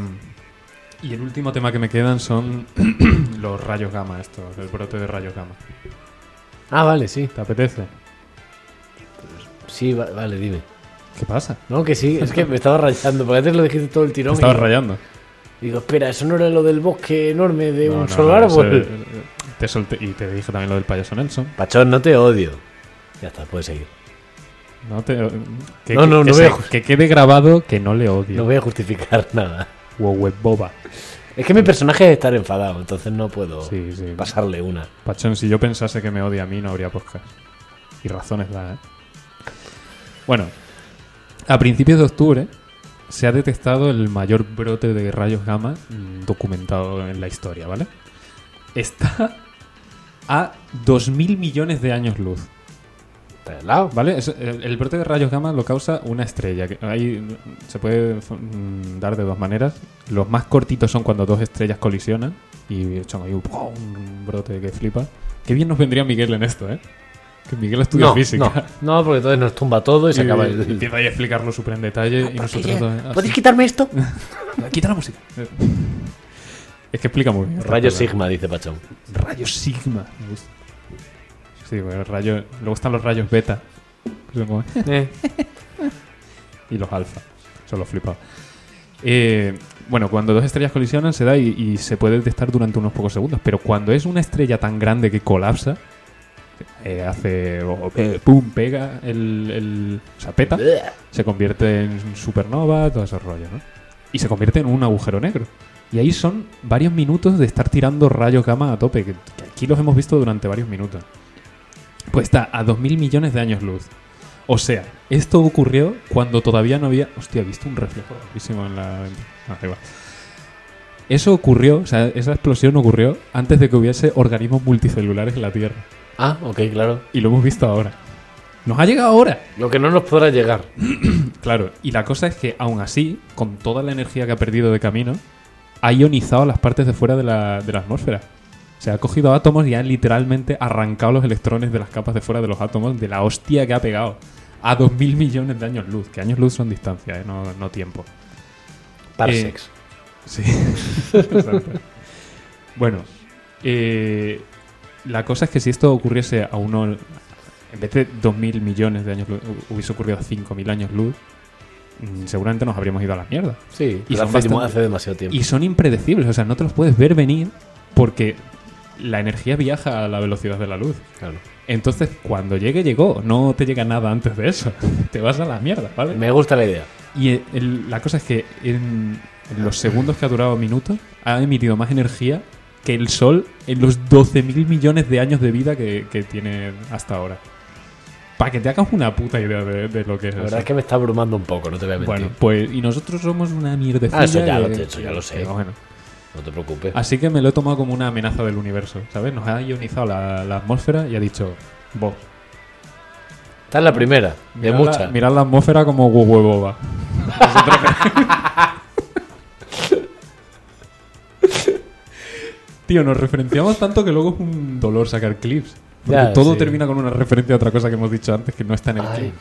[SPEAKER 3] y el último tema que me quedan son los rayos gamma, estos, el brote de rayos gamma.
[SPEAKER 2] Ah, vale, sí.
[SPEAKER 3] ¿Te apetece?
[SPEAKER 2] Sí, va- vale, dime.
[SPEAKER 3] ¿Qué pasa?
[SPEAKER 2] No, que sí, es que me estaba rayando, porque antes lo dijiste todo el
[SPEAKER 3] Te
[SPEAKER 2] tirón.
[SPEAKER 3] estabas
[SPEAKER 2] y-
[SPEAKER 3] rayando.
[SPEAKER 2] Digo, espera, eso no era lo del bosque enorme de
[SPEAKER 3] No,
[SPEAKER 2] un
[SPEAKER 3] no,
[SPEAKER 2] solo
[SPEAKER 3] no,
[SPEAKER 2] árbol.
[SPEAKER 3] ese- te solté- y te dije también lo del payaso Nelson.
[SPEAKER 2] Pachón, no te odio. Ya está, puedes seguir.
[SPEAKER 3] No, te- que,
[SPEAKER 2] No, no,
[SPEAKER 3] que- que
[SPEAKER 2] no
[SPEAKER 3] se-
[SPEAKER 2] voy a-
[SPEAKER 3] que quede grabado que no le odio.
[SPEAKER 2] No voy a justificar nada.
[SPEAKER 3] Wowoboba.
[SPEAKER 2] Es que mi personaje es estar enfadado, entonces no puedo
[SPEAKER 3] Sí, sí.
[SPEAKER 2] pasarle una.
[SPEAKER 3] Pachón, si yo pensase que me odia a mí, no habría podcast. Y razones da, ¿eh? Bueno, a principios de octubre se ha detectado el mayor brote de rayos gamma mm, documentado en la historia, ¿vale? Está a 2.000 millones de años luz.
[SPEAKER 2] ¿Estás al lado?
[SPEAKER 3] ¿Vale? Es- el, el brote de rayos gamma lo causa una estrella. que ahí se puede mm, dar de dos maneras. Los más cortitos son cuando dos estrellas colisionan y echan ahí un, ¡pum! un brote que flipa. Qué bien nos vendría Miguel en esto, ¿eh? Que Miguel estudia
[SPEAKER 2] No,
[SPEAKER 3] física.
[SPEAKER 2] no, no, porque entonces nos tumba todo y se
[SPEAKER 3] Y-
[SPEAKER 2] acaba
[SPEAKER 3] y
[SPEAKER 2] el...
[SPEAKER 3] Eh, empieza ahí a explicarlo súper en detalle y nosotros... ah,
[SPEAKER 2] ¿Podéis
[SPEAKER 3] sí.
[SPEAKER 2] quitarme esto?
[SPEAKER 3] Quita la música. es que explica muy bien.
[SPEAKER 2] Rayo
[SPEAKER 3] Sigma.
[SPEAKER 2] Sigma, dice Pachón.
[SPEAKER 3] Rayo Sigma. Me gusta. Sí, bueno, rayo... Luego están los rayos beta. que son como- y los alfa. Son los flipados. Eh, bueno, cuando dos estrellas colisionan se da y, y se puede detectar durante unos pocos segundos, pero cuando es una estrella tan grande que colapsa, eh, hace. o- eh, ¡Pum! Pega el, el. O sea, peta, se convierte en supernova, todo ese rollo, ¿no? Y se convierte en un agujero negro. Y ahí son varios minutos de estar tirando rayos gamma a tope, que, que aquí los hemos visto durante varios minutos. Pues está a 2.000 millones de años luz. O sea, esto ocurrió cuando todavía no había. Hostia, he visto un reflejo rarísimo en la. Ah, da igual. Eso ocurrió, o sea, esa explosión ocurrió antes de que hubiese organismos multicelulares en la Tierra.
[SPEAKER 2] Ah, ok, claro.
[SPEAKER 3] Y lo hemos visto ahora. Nos ha llegado ahora.
[SPEAKER 2] Lo que no nos podrá llegar.
[SPEAKER 3] Claro, y la cosa es que aún así, con toda la energía que ha perdido de camino, ha ionizado las partes de fuera de la, de la atmósfera. O sea, ha cogido átomos y ha literalmente arrancado los electrones de las capas de fuera de los átomos de la hostia que ha pegado. A 2.000 millones de años luz, que años luz son distancia, ¿eh? no, no tiempo.
[SPEAKER 2] Parsecs.
[SPEAKER 3] Sí. Exacto. bueno, eh, la cosa es que si esto ocurriese a uno, en vez de 2.000 millones de años luz, hu- hubiese ocurrido a 5.000 años luz, mm, seguramente nos habríamos ido a la mierda.
[SPEAKER 2] Sí,
[SPEAKER 3] Y
[SPEAKER 2] pero
[SPEAKER 3] son
[SPEAKER 2] hace,
[SPEAKER 3] bastante-
[SPEAKER 2] hace demasiado tiempo.
[SPEAKER 3] Y son impredecibles, o sea, no te los puedes ver venir porque la energía viaja a la velocidad de la luz.
[SPEAKER 2] Claro.
[SPEAKER 3] Entonces, cuando llegue, llegó. No te llega nada antes de eso. Te vas a la mierda, ¿vale?
[SPEAKER 2] Me gusta la idea.
[SPEAKER 3] Y el- el- la cosa es que en, en los segundos que ha durado minutos ha emitido más energía que el Sol en los 12.000 millones de años de vida que, que tiene hasta ahora. Para que te hagas una puta idea de, de lo que es
[SPEAKER 2] La
[SPEAKER 3] eso.
[SPEAKER 2] verdad es que me está abrumando un poco, no te voy a mentir.
[SPEAKER 3] bueno, pues y nosotros somos una mierdecilla.
[SPEAKER 2] Ah, eso ya
[SPEAKER 3] que-
[SPEAKER 2] lo sé, eso ya lo sé.
[SPEAKER 3] que, bueno.
[SPEAKER 2] No te preocupes.
[SPEAKER 3] Así que me lo he tomado como una amenaza del universo, ¿sabes? Nos ha ionizado la, la atmósfera y ha dicho, vos,
[SPEAKER 2] Esta es la primera, de
[SPEAKER 3] mirad la-
[SPEAKER 2] muchas.
[SPEAKER 3] mirad la atmósfera como hue- huevo va. Tío, nos referenciamos tanto que luego es un dolor sacar clips. Porque
[SPEAKER 2] Ya,
[SPEAKER 3] todo
[SPEAKER 2] sí.
[SPEAKER 3] termina con una referencia a otra cosa que hemos dicho antes que no está en el
[SPEAKER 2] Ay,
[SPEAKER 3] clip.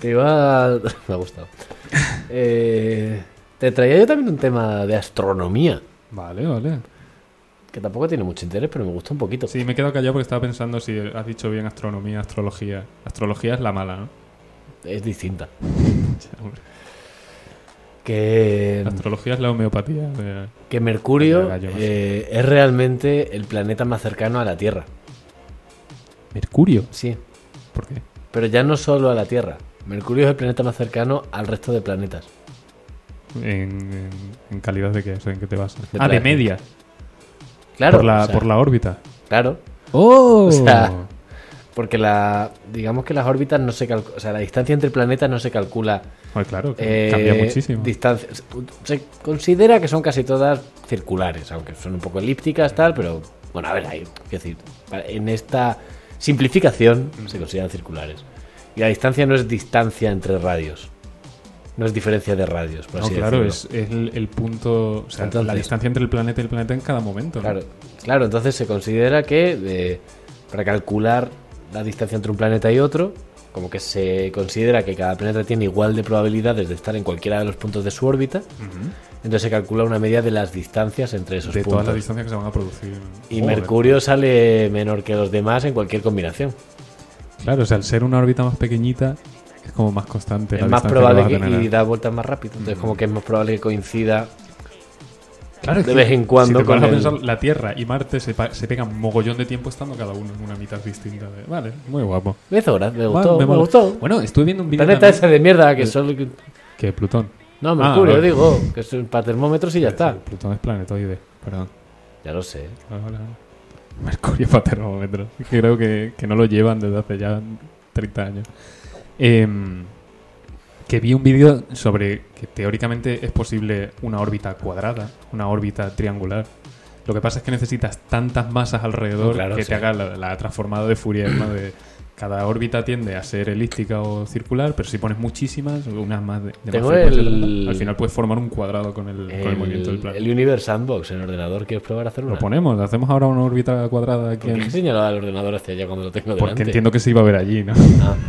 [SPEAKER 2] te iba. a- Me ha gustado. Eh, te traía yo también un tema de astronomía,
[SPEAKER 3] Vale, vale.
[SPEAKER 2] que tampoco tiene mucho interés, pero me gusta un poquito.
[SPEAKER 3] Sí, me he quedado callado porque estaba pensando si has dicho bien astronomía, astrología. Astrología es la mala, ¿no?
[SPEAKER 2] Es distinta.
[SPEAKER 3] Ya, hombre.
[SPEAKER 2] Que,
[SPEAKER 3] Astrología es la homeopatía. de-
[SPEAKER 2] que Mercurio
[SPEAKER 3] Venga, yo no
[SPEAKER 2] eh, es realmente el planeta más cercano a la Tierra.
[SPEAKER 3] Mercurio.
[SPEAKER 2] Sí,
[SPEAKER 3] ¿Por qué?
[SPEAKER 2] pero ya no solo a la Tierra. Mercurio es el planeta más cercano al resto de planetas.
[SPEAKER 3] ¿En, en, en calidad de qué? O sea, ¿En qué te basas?
[SPEAKER 2] De
[SPEAKER 3] ah, de
[SPEAKER 2] planetas.
[SPEAKER 3] media.
[SPEAKER 2] Claro,
[SPEAKER 3] por, la,
[SPEAKER 2] o sea,
[SPEAKER 3] por la órbita.
[SPEAKER 2] claro,
[SPEAKER 3] ¡Oh!
[SPEAKER 2] O sea, porque la, digamos que las órbitas no se calculan, o sea, la distancia entre planetas no se calcula
[SPEAKER 3] claro,
[SPEAKER 2] Eh,
[SPEAKER 3] cambia muchísimo.
[SPEAKER 2] distancia- Se considera que son casi todas circulares, aunque son un poco elípticas, tal, pero bueno, a ver, ahí, quiero decir, para- en esta simplificación se consideran circulares. Y la distancia no es distancia entre radios, no es diferencia de radios, por
[SPEAKER 3] No,
[SPEAKER 2] así
[SPEAKER 3] claro,
[SPEAKER 2] pues decirlo.
[SPEAKER 3] es, es el, el punto. O sea, la
[SPEAKER 2] Entonces-
[SPEAKER 3] distancia entre el planeta y el planeta en cada momento. ¿no?
[SPEAKER 2] Claro, claro, entonces se considera que eh, para calcular la distancia entre un planeta y otro, como que se considera que cada planeta tiene igual de probabilidades de estar en cualquiera de los puntos de su órbita, entonces se calcula una media de las distancias entre esos
[SPEAKER 3] De todas las
[SPEAKER 2] puntos.
[SPEAKER 3] distancias que se van a producir.
[SPEAKER 2] Y
[SPEAKER 3] Joder.
[SPEAKER 2] Mercurio sale menor que los demás en cualquier combinación.
[SPEAKER 3] Claro, o sea, al ser una órbita más pequeñita, es como más constante. la
[SPEAKER 2] es más
[SPEAKER 3] distancia que
[SPEAKER 2] probable
[SPEAKER 3] vas a
[SPEAKER 2] que,
[SPEAKER 3] tener. ¿eh?
[SPEAKER 2] y da vueltas más rápido, entonces como que es más probable que coincida.
[SPEAKER 3] Claro, es
[SPEAKER 2] de
[SPEAKER 3] que
[SPEAKER 2] vez en cuando
[SPEAKER 3] Si te
[SPEAKER 2] con
[SPEAKER 3] pones a
[SPEAKER 2] el-
[SPEAKER 3] pensar, la Tierra y Marte se, pa- se pegan mogollón de tiempo estando cada uno en una mitad distinta. de- Vale, muy guapo.
[SPEAKER 2] Me hizo gracia, me
[SPEAKER 3] Va,
[SPEAKER 2] gustó, me,
[SPEAKER 3] mola.
[SPEAKER 2] gustó.
[SPEAKER 3] Bueno, estuve viendo un vídeo.
[SPEAKER 2] planeta
[SPEAKER 3] también
[SPEAKER 2] ese de mierda que
[SPEAKER 3] Eh,
[SPEAKER 2] solo...
[SPEAKER 3] Que Plutón.
[SPEAKER 2] No,
[SPEAKER 3] Ah,
[SPEAKER 2] Mercurio,
[SPEAKER 3] vale.
[SPEAKER 2] digo, que es para termómetros y ya está.
[SPEAKER 3] Sí, Plutón es planetoide. Perdón.
[SPEAKER 2] Ya lo sé.
[SPEAKER 3] Vale, vale, vale. Mercurio para termómetros. Que creo que, que no lo llevan desde hace ya 30 años. Em, que vi un vídeo sobre que teóricamente es posible una órbita cuadrada, una órbita triangular. Lo que pasa es que necesitas tantas masas alrededor
[SPEAKER 2] Claro,
[SPEAKER 3] que
[SPEAKER 2] sí.
[SPEAKER 3] te haga la, la transformada de Fourier, ¿no? De cada órbita tiende a ser elíptica o circular, pero si pones muchísimas, unas más de, de más
[SPEAKER 2] Tengo
[SPEAKER 3] frecuencia,
[SPEAKER 2] el-
[SPEAKER 3] tal, al final puedes formar un cuadrado con el, con el movimiento del planeta.
[SPEAKER 2] el Universe Sandbox en el ordenador, ¿quieres probar a hacer una?
[SPEAKER 3] Lo ponemos, hacemos ahora una órbita cuadrada aquí
[SPEAKER 2] ¿Por
[SPEAKER 3] en,
[SPEAKER 2] qué señalaba el ordenador hacia allá cuando lo tengo delante?
[SPEAKER 3] Porque entiendo que se iba a ver allí, ¿no?
[SPEAKER 2] Ah.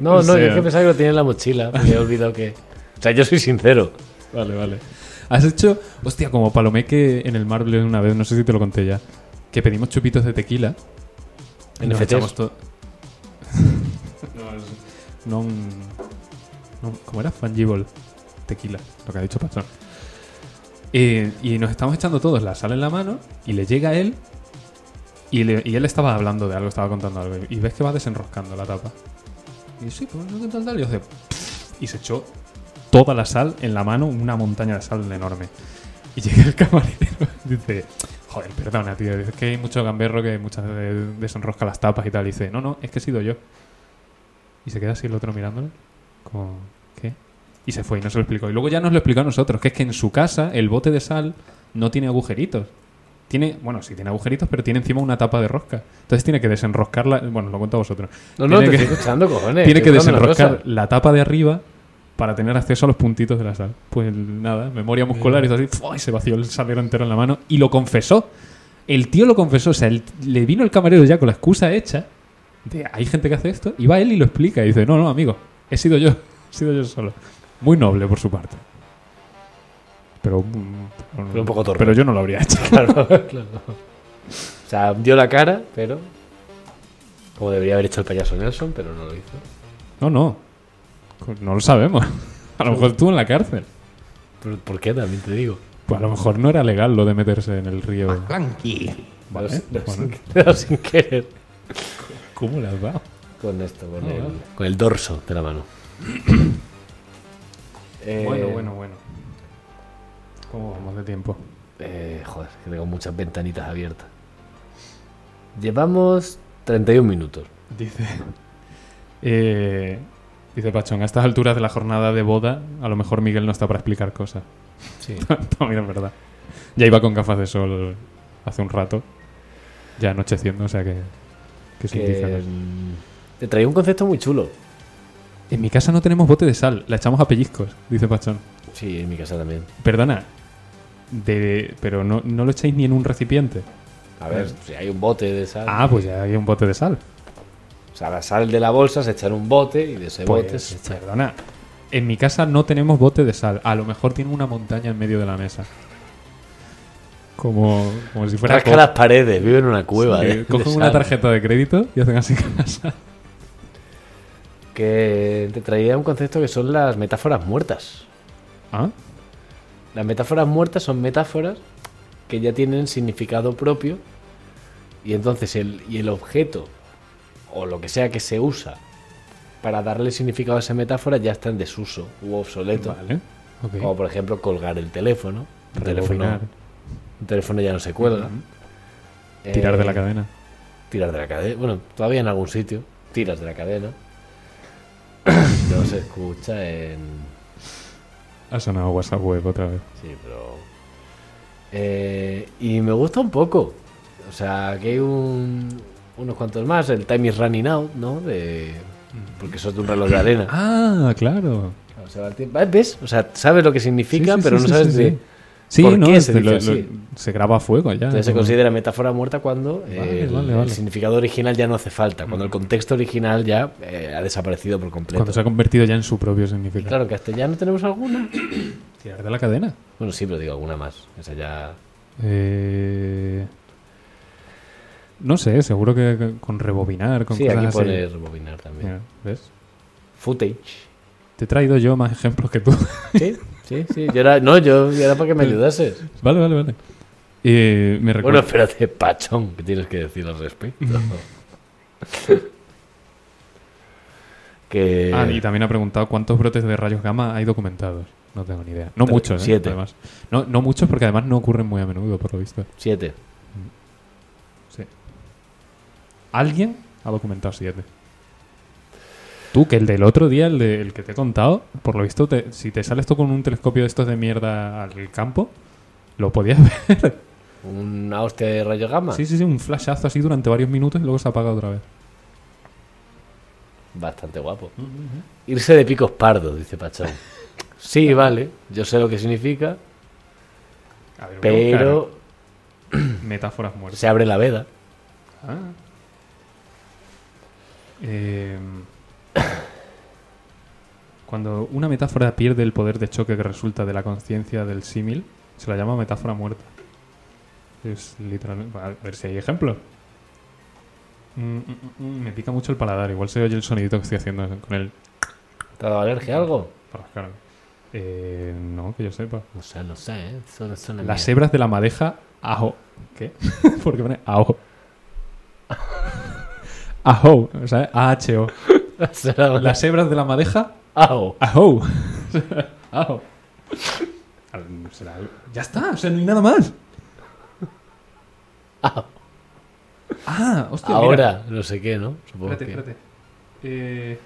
[SPEAKER 2] No, no,
[SPEAKER 3] O sea-
[SPEAKER 2] es que pensaba que lo tenía en la mochila, porque he olvidado que... O sea, yo soy sincero.
[SPEAKER 3] Vale, vale. Has hecho, hostia, como Palomeque en el Marble una vez, no sé si te lo conté ya, que pedimos chupitos de tequila. y nos
[SPEAKER 2] NFTs.
[SPEAKER 3] echamos todo. no, es- no, un- no, ¿Cómo era? Fungible. Tequila, lo que ha dicho Patrón. Eh, y nos estamos echando todos la sal en la mano y le llega a él y, le- y él estaba hablando de algo, estaba contando algo. Y ves que va desenroscando la tapa. Y yo, sí, pues no, tal, tal. Y, hace pff, y se echó toda la sal en la mano, una montaña de sal enorme. Y llega el camarero y dice, joder, perdona, tío, es que hay mucho gamberro que muchas veces desenrosca las tapas y tal. Y dice, no, no, es que he sido yo. Y se queda así el otro mirándolo. Como, ¿qué? Y se fue y no se lo explicó. Y luego ya nos lo explicó a nosotros, que es que en su casa el bote de sal no tiene agujeritos. Tiene, bueno, sí tiene agujeritos, pero tiene encima una tapa de rosca. Entonces tiene que desenroscarla. Bueno, lo cuento a vosotros.
[SPEAKER 2] No, no,
[SPEAKER 3] tiene
[SPEAKER 2] te
[SPEAKER 3] que-
[SPEAKER 2] estoy escuchando, cojones.
[SPEAKER 3] tiene que
[SPEAKER 2] estoy contando una
[SPEAKER 3] desenroscar
[SPEAKER 2] cosa.
[SPEAKER 3] la tapa de arriba para tener acceso a los puntitos de la sal. Pues nada, memoria muscular y todo así. ¡fua! Y se vació el salero entero en la mano y lo confesó. El tío lo confesó. O sea, el- le vino el camarero ya con la excusa hecha de hay gente que hace esto y va él y lo explica. Y dice, no, no, amigo, he sido yo. He sido yo solo. Muy noble por su parte. Pero, mm,
[SPEAKER 2] Pero un poco torpe.
[SPEAKER 3] Pero yo no lo habría hecho.
[SPEAKER 2] Claro, claro. O sea, dio la cara, pero. Como debería haber hecho el payaso Nelson, pero no lo hizo.
[SPEAKER 3] No, no. No lo sabemos. A lo mejor estuvo en la cárcel.
[SPEAKER 2] Pero, ¿Por qué? También te digo.
[SPEAKER 3] Pues a lo mejor no era legal lo de meterse en el río.
[SPEAKER 2] Lo
[SPEAKER 3] Vale,
[SPEAKER 2] sin- lo
[SPEAKER 3] bueno,
[SPEAKER 2] sin, lo sin querer.
[SPEAKER 3] ¿Cómo le has dado?
[SPEAKER 2] Con esto, con,
[SPEAKER 3] Ah,
[SPEAKER 2] el,
[SPEAKER 3] vale.
[SPEAKER 2] con el dorso de la mano. Eh,
[SPEAKER 3] Bueno, bueno, bueno. ¿Cómo vamos de tiempo?
[SPEAKER 2] eh, joder, que tengo muchas ventanitas abiertas. Llevamos 31 minutos.
[SPEAKER 3] Dice. eh, dice Pachón, a estas alturas de la jornada de boda, a lo mejor Miguel no está para explicar cosas.
[SPEAKER 2] Sí.
[SPEAKER 3] También es verdad. Ya iba con gafas de sol hace un rato. Ya anocheciendo, o sea que. que se indica.
[SPEAKER 2] mm, te traía un concepto muy chulo.
[SPEAKER 3] En mi casa no tenemos bote de sal, la echamos a pellizcos, dice Pachón.
[SPEAKER 2] Sí, en mi casa también.
[SPEAKER 3] Perdona. De, pero no, no lo echáis ni en un recipiente.
[SPEAKER 2] A ver, si hay un bote de sal.
[SPEAKER 3] Ah, pues ya hay un bote de sal.
[SPEAKER 2] O sea, la sal de la bolsa se echa en un bote y de ese bote se
[SPEAKER 3] Pues,
[SPEAKER 2] echa.
[SPEAKER 3] perdona. En mi casa no tenemos bote de sal. A lo mejor tiene una montaña en medio de la mesa. Como, como si fuera...
[SPEAKER 2] Rasca las paredes, vive en una cueva. de-
[SPEAKER 3] Eh,
[SPEAKER 2] de
[SPEAKER 3] cogen una
[SPEAKER 2] sal.
[SPEAKER 3] tarjeta de crédito y hacen así con la sal.
[SPEAKER 2] Que te traía un concepto que son las metáforas muertas.
[SPEAKER 3] ¿Ah?
[SPEAKER 2] Las metáforas muertas son metáforas que ya tienen significado propio y entonces el, y el objeto o lo que sea que se usa para darle significado a esa metáfora ya está en desuso u obsoleto.
[SPEAKER 3] Vale. Ok.
[SPEAKER 2] Como por ejemplo colgar el teléfono. Un teléfono,
[SPEAKER 3] Rebobinar.
[SPEAKER 2] un teléfono ya no se cuelga. Eh,
[SPEAKER 3] Tirar de la cadena.
[SPEAKER 2] Tirar de la cadena. Bueno, todavía en algún sitio. Tiras de la cadena. no se escucha en...
[SPEAKER 3] Ha sonado WhatsApp web otra vez.
[SPEAKER 2] Sí, pero. Eh, y me gusta un poco. O sea, que hay un, unos cuantos más. El time is running out, ¿no? De, porque eso es de un reloj de arena.
[SPEAKER 3] Ah, claro.
[SPEAKER 2] O sea, el tiempo- ¿Ves? O sea, sabes lo que significa,
[SPEAKER 3] Sí, sí,
[SPEAKER 2] pero
[SPEAKER 3] sí,
[SPEAKER 2] no
[SPEAKER 3] sí,
[SPEAKER 2] sabes
[SPEAKER 3] sí,
[SPEAKER 2] de.
[SPEAKER 3] sí. Sí,
[SPEAKER 2] por
[SPEAKER 3] no,
[SPEAKER 2] qué
[SPEAKER 3] este,
[SPEAKER 2] se
[SPEAKER 3] lo-
[SPEAKER 2] dice
[SPEAKER 3] lo-
[SPEAKER 2] así.
[SPEAKER 3] se graba a fuego ya.
[SPEAKER 2] Entonces se
[SPEAKER 3] Como-
[SPEAKER 2] considera metáfora muerta cuando
[SPEAKER 3] Vale,
[SPEAKER 2] el,
[SPEAKER 3] vale,
[SPEAKER 2] el
[SPEAKER 3] vale.
[SPEAKER 2] significado original ya no hace falta, cuando el contexto original ya eh, ha desaparecido por completo.
[SPEAKER 3] Cuando se ha convertido ya en su propio
[SPEAKER 2] Y
[SPEAKER 3] significado.
[SPEAKER 2] Claro, en castellano tenemos alguna.
[SPEAKER 3] Tirar de la cadena.
[SPEAKER 2] Bueno, sí, pero digo alguna más. Esa ya.
[SPEAKER 3] Eh, no sé, seguro que que con rebobinar, con
[SPEAKER 2] Sí,
[SPEAKER 3] cosas
[SPEAKER 2] aquí
[SPEAKER 3] así.
[SPEAKER 2] pone rebobinar también.
[SPEAKER 3] Mira, ¿ves?
[SPEAKER 2] Footage.
[SPEAKER 3] Te he traído yo más ejemplos que tú.
[SPEAKER 2] Sí, sí, sí. Yo era, no, yo yo era para que me ayudases.
[SPEAKER 3] vale, vale, vale. Eh, me
[SPEAKER 2] Bueno,
[SPEAKER 3] recuerda.
[SPEAKER 2] espérate, Pachón, ¿qué tienes que decir al respecto? que...
[SPEAKER 3] Ah, y también ha preguntado cuántos brotes de rayos gamma hay documentados. No tengo ni idea. No
[SPEAKER 2] Tre-
[SPEAKER 3] muchos, ¿eh?
[SPEAKER 2] siete.
[SPEAKER 3] Además. No, no muchos porque además no ocurren muy a menudo, por lo visto.
[SPEAKER 2] Siete.
[SPEAKER 3] Sí. Alguien ha documentado siete. Tú, que el del otro día, el, de- el que te he contado, por lo visto, te- si te sales tú con un telescopio de estos de mierda al campo, lo podías ver.
[SPEAKER 2] ¿Una hostia de rayo gamma?
[SPEAKER 3] Sí, sí, sí, un flashazo así durante varios minutos y luego se apaga otra vez.
[SPEAKER 2] Bastante guapo.
[SPEAKER 3] Mm,
[SPEAKER 2] Irse de picos pardos, dice Pachón. Sí, vale, yo sé lo que significa,
[SPEAKER 3] A ver, voy a buscar
[SPEAKER 2] pero
[SPEAKER 3] Metáforas muertas.
[SPEAKER 2] se abre la veda.
[SPEAKER 3] Ah. Eh, cuando una metáfora pierde el poder de choque que resulta de la conciencia del símil, se la llama metáfora muerta. Es literalmente. A ver si hay ejemplos. Mm, mm, mm, mm, me pica mucho el paladar. Igual se oye el sonidito que estoy haciendo con el.
[SPEAKER 2] ¿Te ha dado alergia a algo?
[SPEAKER 3] para rascarme. Eh, no, que yo sepa.
[SPEAKER 2] O sea, no sé, ¿eh? Son, son la
[SPEAKER 3] Las
[SPEAKER 2] mía.
[SPEAKER 3] hebras de la madeja, ajo. ¿Qué? ¿Por qué pone ajo? Ajo, o sea, A-H-O.
[SPEAKER 2] Será una-
[SPEAKER 3] Las hebras de la madeja,
[SPEAKER 2] Au.
[SPEAKER 3] ajo. ajo. Al- será- Ya está, o sea, no hay nada más. Ah, hostia, mira.
[SPEAKER 2] Ahora, no sé qué, ¿no? Supongo
[SPEAKER 3] Ah, Espérate,
[SPEAKER 2] que-
[SPEAKER 3] espérate. Eh,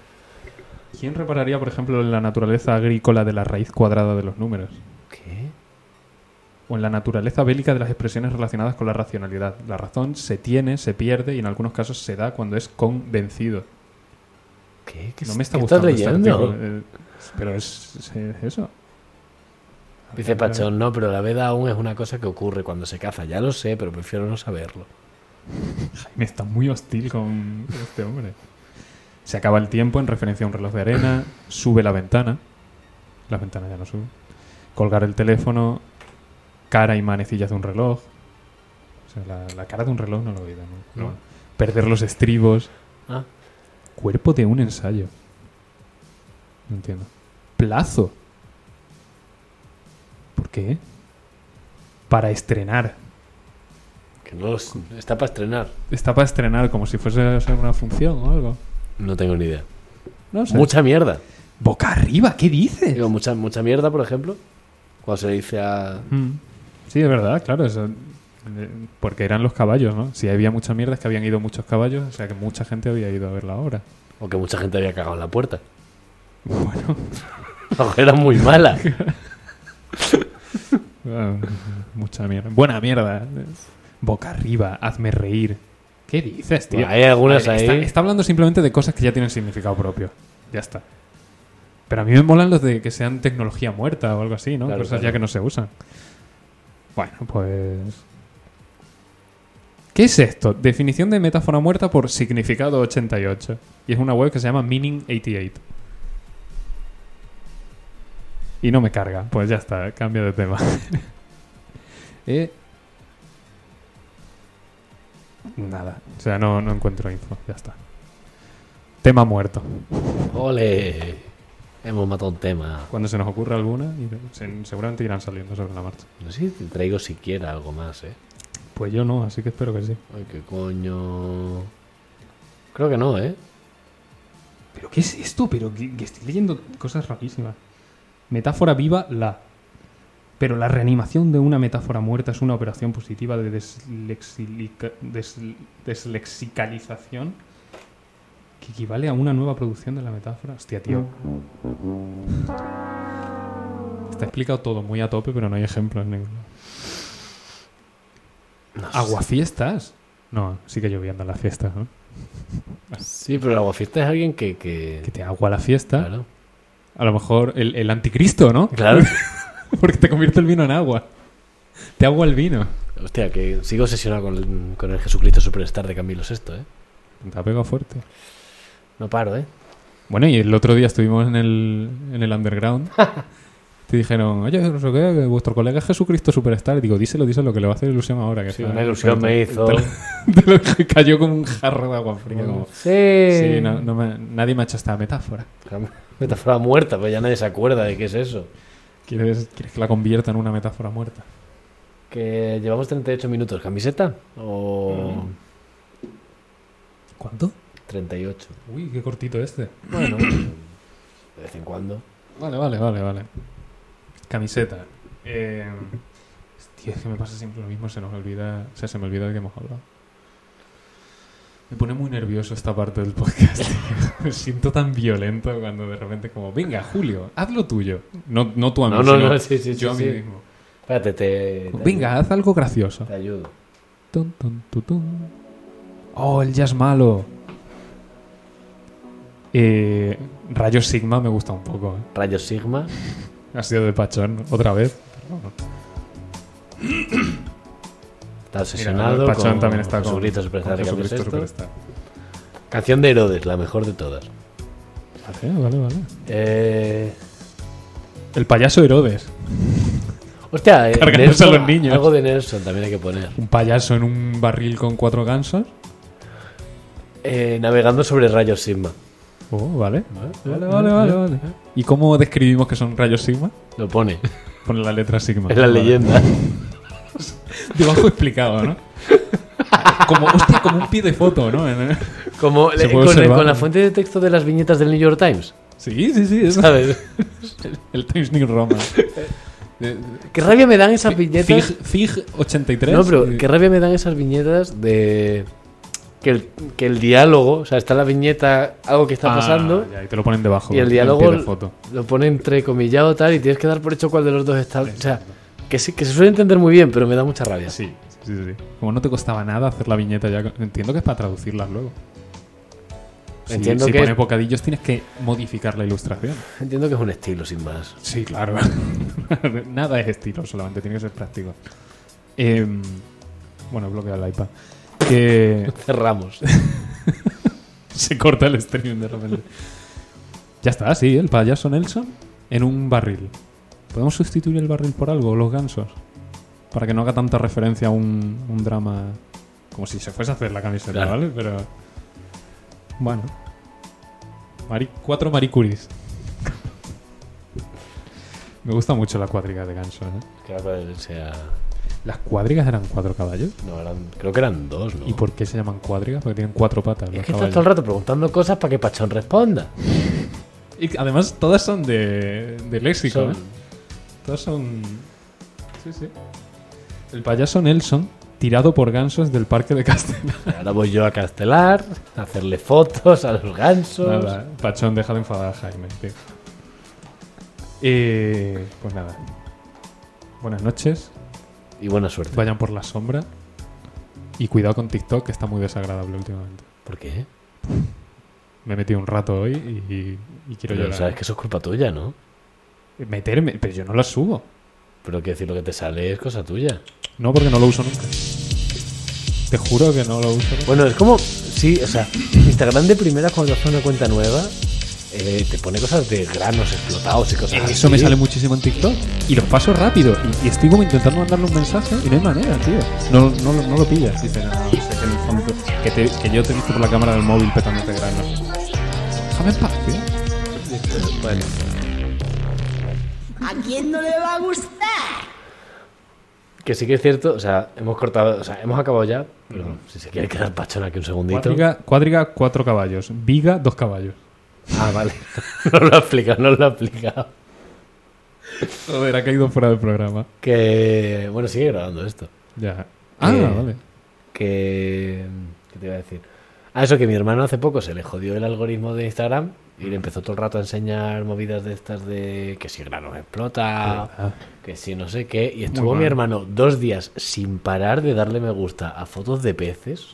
[SPEAKER 3] ¿Quién repararía, por ejemplo, en la naturaleza agrícola de la raíz cuadrada de los números?
[SPEAKER 2] ¿Qué?
[SPEAKER 3] O en la naturaleza bélica de las expresiones relacionadas con la racionalidad. La razón se tiene, se pierde y en algunos casos se da cuando es convencido.
[SPEAKER 2] ¿Qué? ¿Qué
[SPEAKER 3] No
[SPEAKER 2] es-
[SPEAKER 3] me está
[SPEAKER 2] qué
[SPEAKER 3] gustando.
[SPEAKER 2] estás
[SPEAKER 3] este
[SPEAKER 2] leyendo?
[SPEAKER 3] artículo, eh, pero es, es- es eso.
[SPEAKER 2] Dice Pachón, no, pero la veda aún es una cosa que ocurre cuando se caza. Ya lo sé, pero prefiero no saberlo.
[SPEAKER 3] Jaime está muy hostil con este hombre. Se acaba el tiempo en referencia a un reloj de arena. Sube la ventana. La ventana ya no sube. Colgar el teléfono. Cara y manecillas de un reloj. O sea, la, la cara de un reloj no lo he oído, ¿no?
[SPEAKER 2] No.
[SPEAKER 3] Perder los estribos.
[SPEAKER 2] Ah.
[SPEAKER 3] Cuerpo de un ensayo. No entiendo. Plazo. ¿Por qué? Para estrenar.
[SPEAKER 2] Que no los- está para estrenar.
[SPEAKER 3] Está para estrenar como si fuese a ser una función o algo.
[SPEAKER 2] No tengo ni idea.
[SPEAKER 3] No sé.
[SPEAKER 2] Mucha mierda.
[SPEAKER 3] Boca arriba, ¿qué dices?
[SPEAKER 2] Digo, mucha, mucha mierda, por ejemplo. Cuando se le dice a.
[SPEAKER 3] Mm. Sí, es verdad, claro. eso- eh, porque eran los caballos, ¿no? Si había mucha mierda es que habían ido muchos caballos, o sea que mucha gente había ido a ver la obra.
[SPEAKER 2] O que mucha gente había cagado en la puerta.
[SPEAKER 3] Bueno,
[SPEAKER 2] Era muy mala.
[SPEAKER 3] ah, mucha mierda. Buena mierda. ¿eh? Boca arriba, hazme reír. ¿Qué dices, tío?
[SPEAKER 2] Bueno, hay algunas
[SPEAKER 3] A ver, está-
[SPEAKER 2] ahí.
[SPEAKER 3] está hablando simplemente de cosas que ya tienen significado propio. Ya está. Pero a mí me molan los de que sean tecnología muerta o algo así, ¿no?
[SPEAKER 2] Claro,
[SPEAKER 3] Cosas ya
[SPEAKER 2] claro.
[SPEAKER 3] que no se usan. Bueno, pues. ¿Qué es esto? Definición de metáfora muerta por significado 88. Y es una web que se llama Meaning88. Y no me carga. Pues ya está, cambio de tema. Eh, Nada. O sea, no, no encuentro info. Ya está. Tema muerto.
[SPEAKER 2] Ole. Hemos matado un tema.
[SPEAKER 3] Cuando se nos ocurra alguna, ire- se- seguramente irán saliendo sobre la marcha.
[SPEAKER 2] No sé si te traigo siquiera algo más, ¿eh?
[SPEAKER 3] Pues yo no, así que espero que sí.
[SPEAKER 2] Ay, qué coño. Creo que no, ¿eh?
[SPEAKER 3] ¿Pero qué es esto? Pero que, que estoy leyendo cosas rarísimas. Metáfora viva, la. Pero la reanimación de una metáfora muerta es una operación positiva de deslexilica- des- deslexicalización que equivale a una nueva producción de la metáfora. Hostia, tío. Está explicado todo muy a tope, pero no hay ejemplos ninguno.
[SPEAKER 2] Ah,
[SPEAKER 3] ¿Aguafiestas? No, sí que lloviendo en las fiestas, ¿no?
[SPEAKER 2] Sí, pero el aguafiesta es alguien que. que...
[SPEAKER 3] Que te agua la fiesta.
[SPEAKER 2] Claro.
[SPEAKER 3] A lo mejor el, el anticristo, ¿no?
[SPEAKER 2] Claro.
[SPEAKER 3] Porque te convierte el vino en agua. Te agua el vino.
[SPEAKER 2] Hostia, que sigo obsesionado con el, con el Jesucristo Superstar de Camilo VI, ¿eh?
[SPEAKER 3] Te ha pegado fuerte.
[SPEAKER 2] No paro, ¿eh?
[SPEAKER 3] Bueno, y el otro día estuvimos en el, en el underground. Te dijeron, oye, no sé qué, que vuestro colega es Jesucristo Superstar. Y digo, díselo, díselo, que le va a hacer ilusión ahora. Que
[SPEAKER 2] Sí,
[SPEAKER 3] está-
[SPEAKER 2] una ilusión me hizo.
[SPEAKER 3] Te lo- te lo- cayó como un jarro de agua fría. como,
[SPEAKER 2] Mm. Sí.
[SPEAKER 3] sí, no- no me- nadie me ha hecho esta metáfora.
[SPEAKER 2] Metáfora muerta, pero ya nadie se acuerda de qué es eso.
[SPEAKER 3] ¿Quieres, ¿Quieres que la convierta en una metáfora muerta?
[SPEAKER 2] Que llevamos 38 minutos. ¿Camiseta? O.
[SPEAKER 3] Mm. ¿Cuánto?
[SPEAKER 2] 38.
[SPEAKER 3] Uy, qué cortito este.
[SPEAKER 2] Bueno. De vez en cuando.
[SPEAKER 3] Vale, vale, vale, vale. Camiseta. Eh, hostia, es que me pasa siempre lo mismo, se nos olvida, o sea, se me olvida de que hemos hablado. Me pone muy nervioso esta parte del podcast. tío. me siento tan violento cuando de repente como, venga, Julio, haz lo tuyo. No, no tú a mí,
[SPEAKER 2] No, no,
[SPEAKER 3] sino
[SPEAKER 2] no, sí, sí, sí,
[SPEAKER 3] yo a mí
[SPEAKER 2] sí.
[SPEAKER 3] mismo.
[SPEAKER 2] Espérate, te. te
[SPEAKER 3] Venga, haz algo gracioso.
[SPEAKER 2] ayudo, Te ayudo.
[SPEAKER 3] Tun, tun, tu, tun. Oh, el jazz malo. Eh, Rayo Sigma me gusta un poco. eh.
[SPEAKER 2] Rayos Sigma.
[SPEAKER 3] Ha sido de pachón otra vez.
[SPEAKER 2] Está
[SPEAKER 3] Mira,
[SPEAKER 2] obsesionado.
[SPEAKER 3] Pachón
[SPEAKER 2] con
[SPEAKER 3] también está con
[SPEAKER 2] Jesucristo Superstar
[SPEAKER 3] con
[SPEAKER 2] de Camilo
[SPEAKER 3] Jesucristo
[SPEAKER 2] VI.
[SPEAKER 3] Superstar.
[SPEAKER 2] Canción de Herodes, la mejor de todas.
[SPEAKER 3] Vale, Ah, vale, vale.
[SPEAKER 2] Eh.
[SPEAKER 3] El payaso Herodes.
[SPEAKER 2] Hostia, eh,
[SPEAKER 3] Cargándose a los niños.
[SPEAKER 2] Algo de Nelson también hay que poner.
[SPEAKER 3] Un payaso en un barril con cuatro gansos.
[SPEAKER 2] Eh, navegando sobre rayos Sigma.
[SPEAKER 3] Oh, vale. Vale, vale, vale, vale. ¿Y cómo describimos que son rayos Sigma?
[SPEAKER 2] Lo pone.
[SPEAKER 3] Con la letra Sigma.
[SPEAKER 2] Es la
[SPEAKER 3] Vale.
[SPEAKER 2] leyenda.
[SPEAKER 3] Debajo explicado, ¿no? como, hostia, como un pie de foto, ¿no? En-
[SPEAKER 2] Como
[SPEAKER 3] Se
[SPEAKER 2] le-
[SPEAKER 3] puede
[SPEAKER 2] con,
[SPEAKER 3] observar,
[SPEAKER 2] con la
[SPEAKER 3] ¿no?
[SPEAKER 2] fuente de texto de las viñetas del New York Times.
[SPEAKER 3] Sí, sí, sí. es-
[SPEAKER 2] ¿Sabes?
[SPEAKER 3] El Times New Roman. De-
[SPEAKER 2] Qué rabia me dan esas
[SPEAKER 3] de-
[SPEAKER 2] viñetas.
[SPEAKER 3] Fig, Fig 83.
[SPEAKER 2] No, pero
[SPEAKER 3] y-
[SPEAKER 2] qué rabia me dan esas viñetas de. que el, que el diálogo, o sea, está la viñeta, algo que está
[SPEAKER 3] Ah,
[SPEAKER 2] pasando,
[SPEAKER 3] ya, y te lo ponen debajo.
[SPEAKER 2] y el
[SPEAKER 3] en
[SPEAKER 2] diálogo
[SPEAKER 3] pie de foto.
[SPEAKER 2] lo pone entrecomillado tal, y tienes que dar por hecho cuál de los dos está. O sea, que, sí, que se suele entender muy bien, pero me da mucha rabia.
[SPEAKER 3] Sí, sí, sí, sí. Como no te costaba nada hacer la viñeta ya. Entiendo que es para traducirlas luego. Si-
[SPEAKER 2] Entiendo
[SPEAKER 3] si
[SPEAKER 2] que-
[SPEAKER 3] pones bocadillos tienes que modificar la ilustración.
[SPEAKER 2] Entiendo que es un estilo, sin más.
[SPEAKER 3] Sí, claro. Nada es estilo, solamente tiene que ser práctico. Em, bueno, bloquea el iPad. Que
[SPEAKER 2] Cerramos.
[SPEAKER 3] se corta el streaming de repente. Ya está, sí, el payaso Nelson en un barril. ¿Podemos sustituir el barril por algo, los gansos? Para que no haga tanta referencia a un, un drama como si se fuese a hacer la camiseta,
[SPEAKER 2] Claro.
[SPEAKER 3] ¿vale? Pero. Bueno. Mari- cuatro maricuris. Me gusta mucho la cuadriga de gansos, ¿eh?
[SPEAKER 2] Claro, o sea,
[SPEAKER 3] ¿Las cuadrigas eran cuatro caballos?
[SPEAKER 2] no, eran- creo que eran dos, ¿no?
[SPEAKER 3] ¿Y por qué se llaman cuadrigas? Porque tienen cuatro patas.
[SPEAKER 2] es
[SPEAKER 3] los
[SPEAKER 2] que estás
[SPEAKER 3] caballos.
[SPEAKER 2] todo el rato preguntando cosas para que Pachón responda.
[SPEAKER 3] Y además todas son de, de léxico,
[SPEAKER 2] Son-
[SPEAKER 3] ¿eh? Todas son... Sí, sí. El payaso Nelson, tirado por gansos del parque de Castellana.
[SPEAKER 2] Ahora voy yo a Castelar, a hacerle fotos a los gansos.
[SPEAKER 3] Nada, ¿eh? Pachón, deja de enfadar a Jaime. tío. Eh, pues nada. Buenas noches,
[SPEAKER 2] Y buena suerte.
[SPEAKER 3] vayan por la sombra. Y cuidado con TikTok, que está muy desagradable últimamente.
[SPEAKER 2] ¿Por qué?
[SPEAKER 3] Me he metido un rato hoy y, y- y quiero
[SPEAKER 2] Pero
[SPEAKER 3] llorar.
[SPEAKER 2] sabes que eso es culpa tuya, ¿no?
[SPEAKER 3] Meterme, pero yo no la subo.
[SPEAKER 2] Pero que decir lo que te sale es cosa tuya.
[SPEAKER 3] No, porque no lo uso nunca. Te juro que no lo uso nunca.
[SPEAKER 2] Bueno, es como. Sí, o sea, Instagram de primera cuando hace una cuenta nueva eh, te pone cosas de granos explotados y cosas así.
[SPEAKER 3] Eso me sale muchísimo en TikTok. Y los paso rápido. Y, y estoy como intentando mandarle un mensaje y no hay manera, tío. No, no, lo- no lo pillas. Dice, no, sé que en el fondo- Que, te- que yo te he visto por la cámara del móvil petándote granos. Déjame en paz, tío.
[SPEAKER 2] Bueno,
[SPEAKER 4] ¿A quién no le va a gustar?
[SPEAKER 2] que sí que es cierto, o sea, hemos cortado, o sea, hemos acabado ya, pero si se quiere quedar Pachón aquí un segundito.
[SPEAKER 3] Cuadriga, cuadriga, cuatro caballos. Viga, dos caballos.
[SPEAKER 2] Ah, vale. no lo ha explicado, no lo ha explicado.
[SPEAKER 3] Joder, ha caído fuera del programa.
[SPEAKER 2] Que. Bueno, sigue grabando esto.
[SPEAKER 3] Ya. Ah,
[SPEAKER 2] Eh,
[SPEAKER 3] vale.
[SPEAKER 2] que... ¿Qué te iba a decir? Ah, eso que mi hermano hace poco se le jodió el algoritmo de Instagram y le empezó todo el rato a enseñar movidas de estas de que si grano explota,
[SPEAKER 3] Ah,
[SPEAKER 2] que si no sé qué. Y estuvo
[SPEAKER 3] mal.
[SPEAKER 2] mi hermano dos días sin parar de darle me gusta a fotos de peces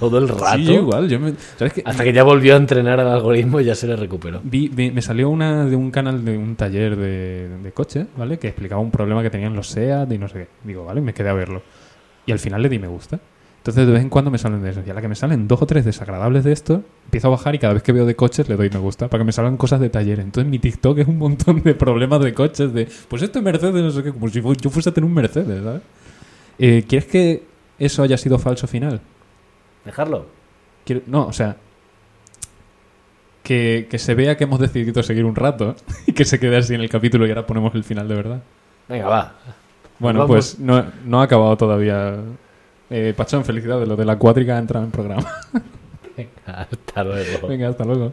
[SPEAKER 2] todo el rato.
[SPEAKER 3] Sí, yo igual. Yo me- ¿Sabes qué?
[SPEAKER 2] Hasta que ya volvió a entrenar al algoritmo y ya se le recuperó.
[SPEAKER 3] Vi- me, me salió una de un canal de un taller de, de coche, ¿vale? Que explicaba un problema que tenían los SEAT y no sé qué. Digo, vale, me quedé a verlo. Y al final le di me gusta. Entonces de vez en cuando me salen de esos. Y a la que me salen dos o tres desagradables de esto, empiezo a bajar y cada vez que veo de coches le doy me gusta para que me salgan cosas de taller. Entonces mi TikTok es un montón de problemas de coches, de pues esto es Mercedes, no sé qué, como si fu- yo fuese a tener un Mercedes, ¿sabes? Eh, ¿Quieres que eso haya sido falso final?
[SPEAKER 2] ¿Dejarlo?
[SPEAKER 3] Quiero- no, o sea, que, que se vea que hemos decidido seguir un rato y que se quede así en el capítulo y ahora ponemos el final de verdad.
[SPEAKER 2] Venga, va.
[SPEAKER 3] Bueno,
[SPEAKER 2] Vamos.
[SPEAKER 3] pues no, no ha acabado todavía. Eh, Pachón, felicidades, lo de la cuádriga entra en programa.
[SPEAKER 2] Venga, hasta luego.
[SPEAKER 3] Venga, hasta luego.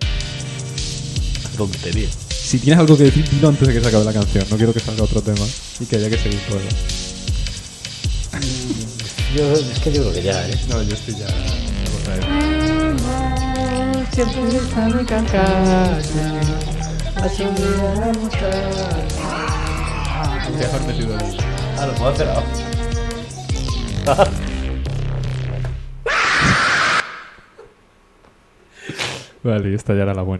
[SPEAKER 2] Tontería.
[SPEAKER 3] Si tienes algo que decir, dilo antes de que se acabe la canción. No quiero que salga otro tema y que haya que seguir todo.
[SPEAKER 2] Yo, es que yo creo que ya, ¿eh?
[SPEAKER 3] No, yo estoy ya.
[SPEAKER 2] Ah, lo puedo hacer ahora.
[SPEAKER 3] Vale, y esta ya era la buena.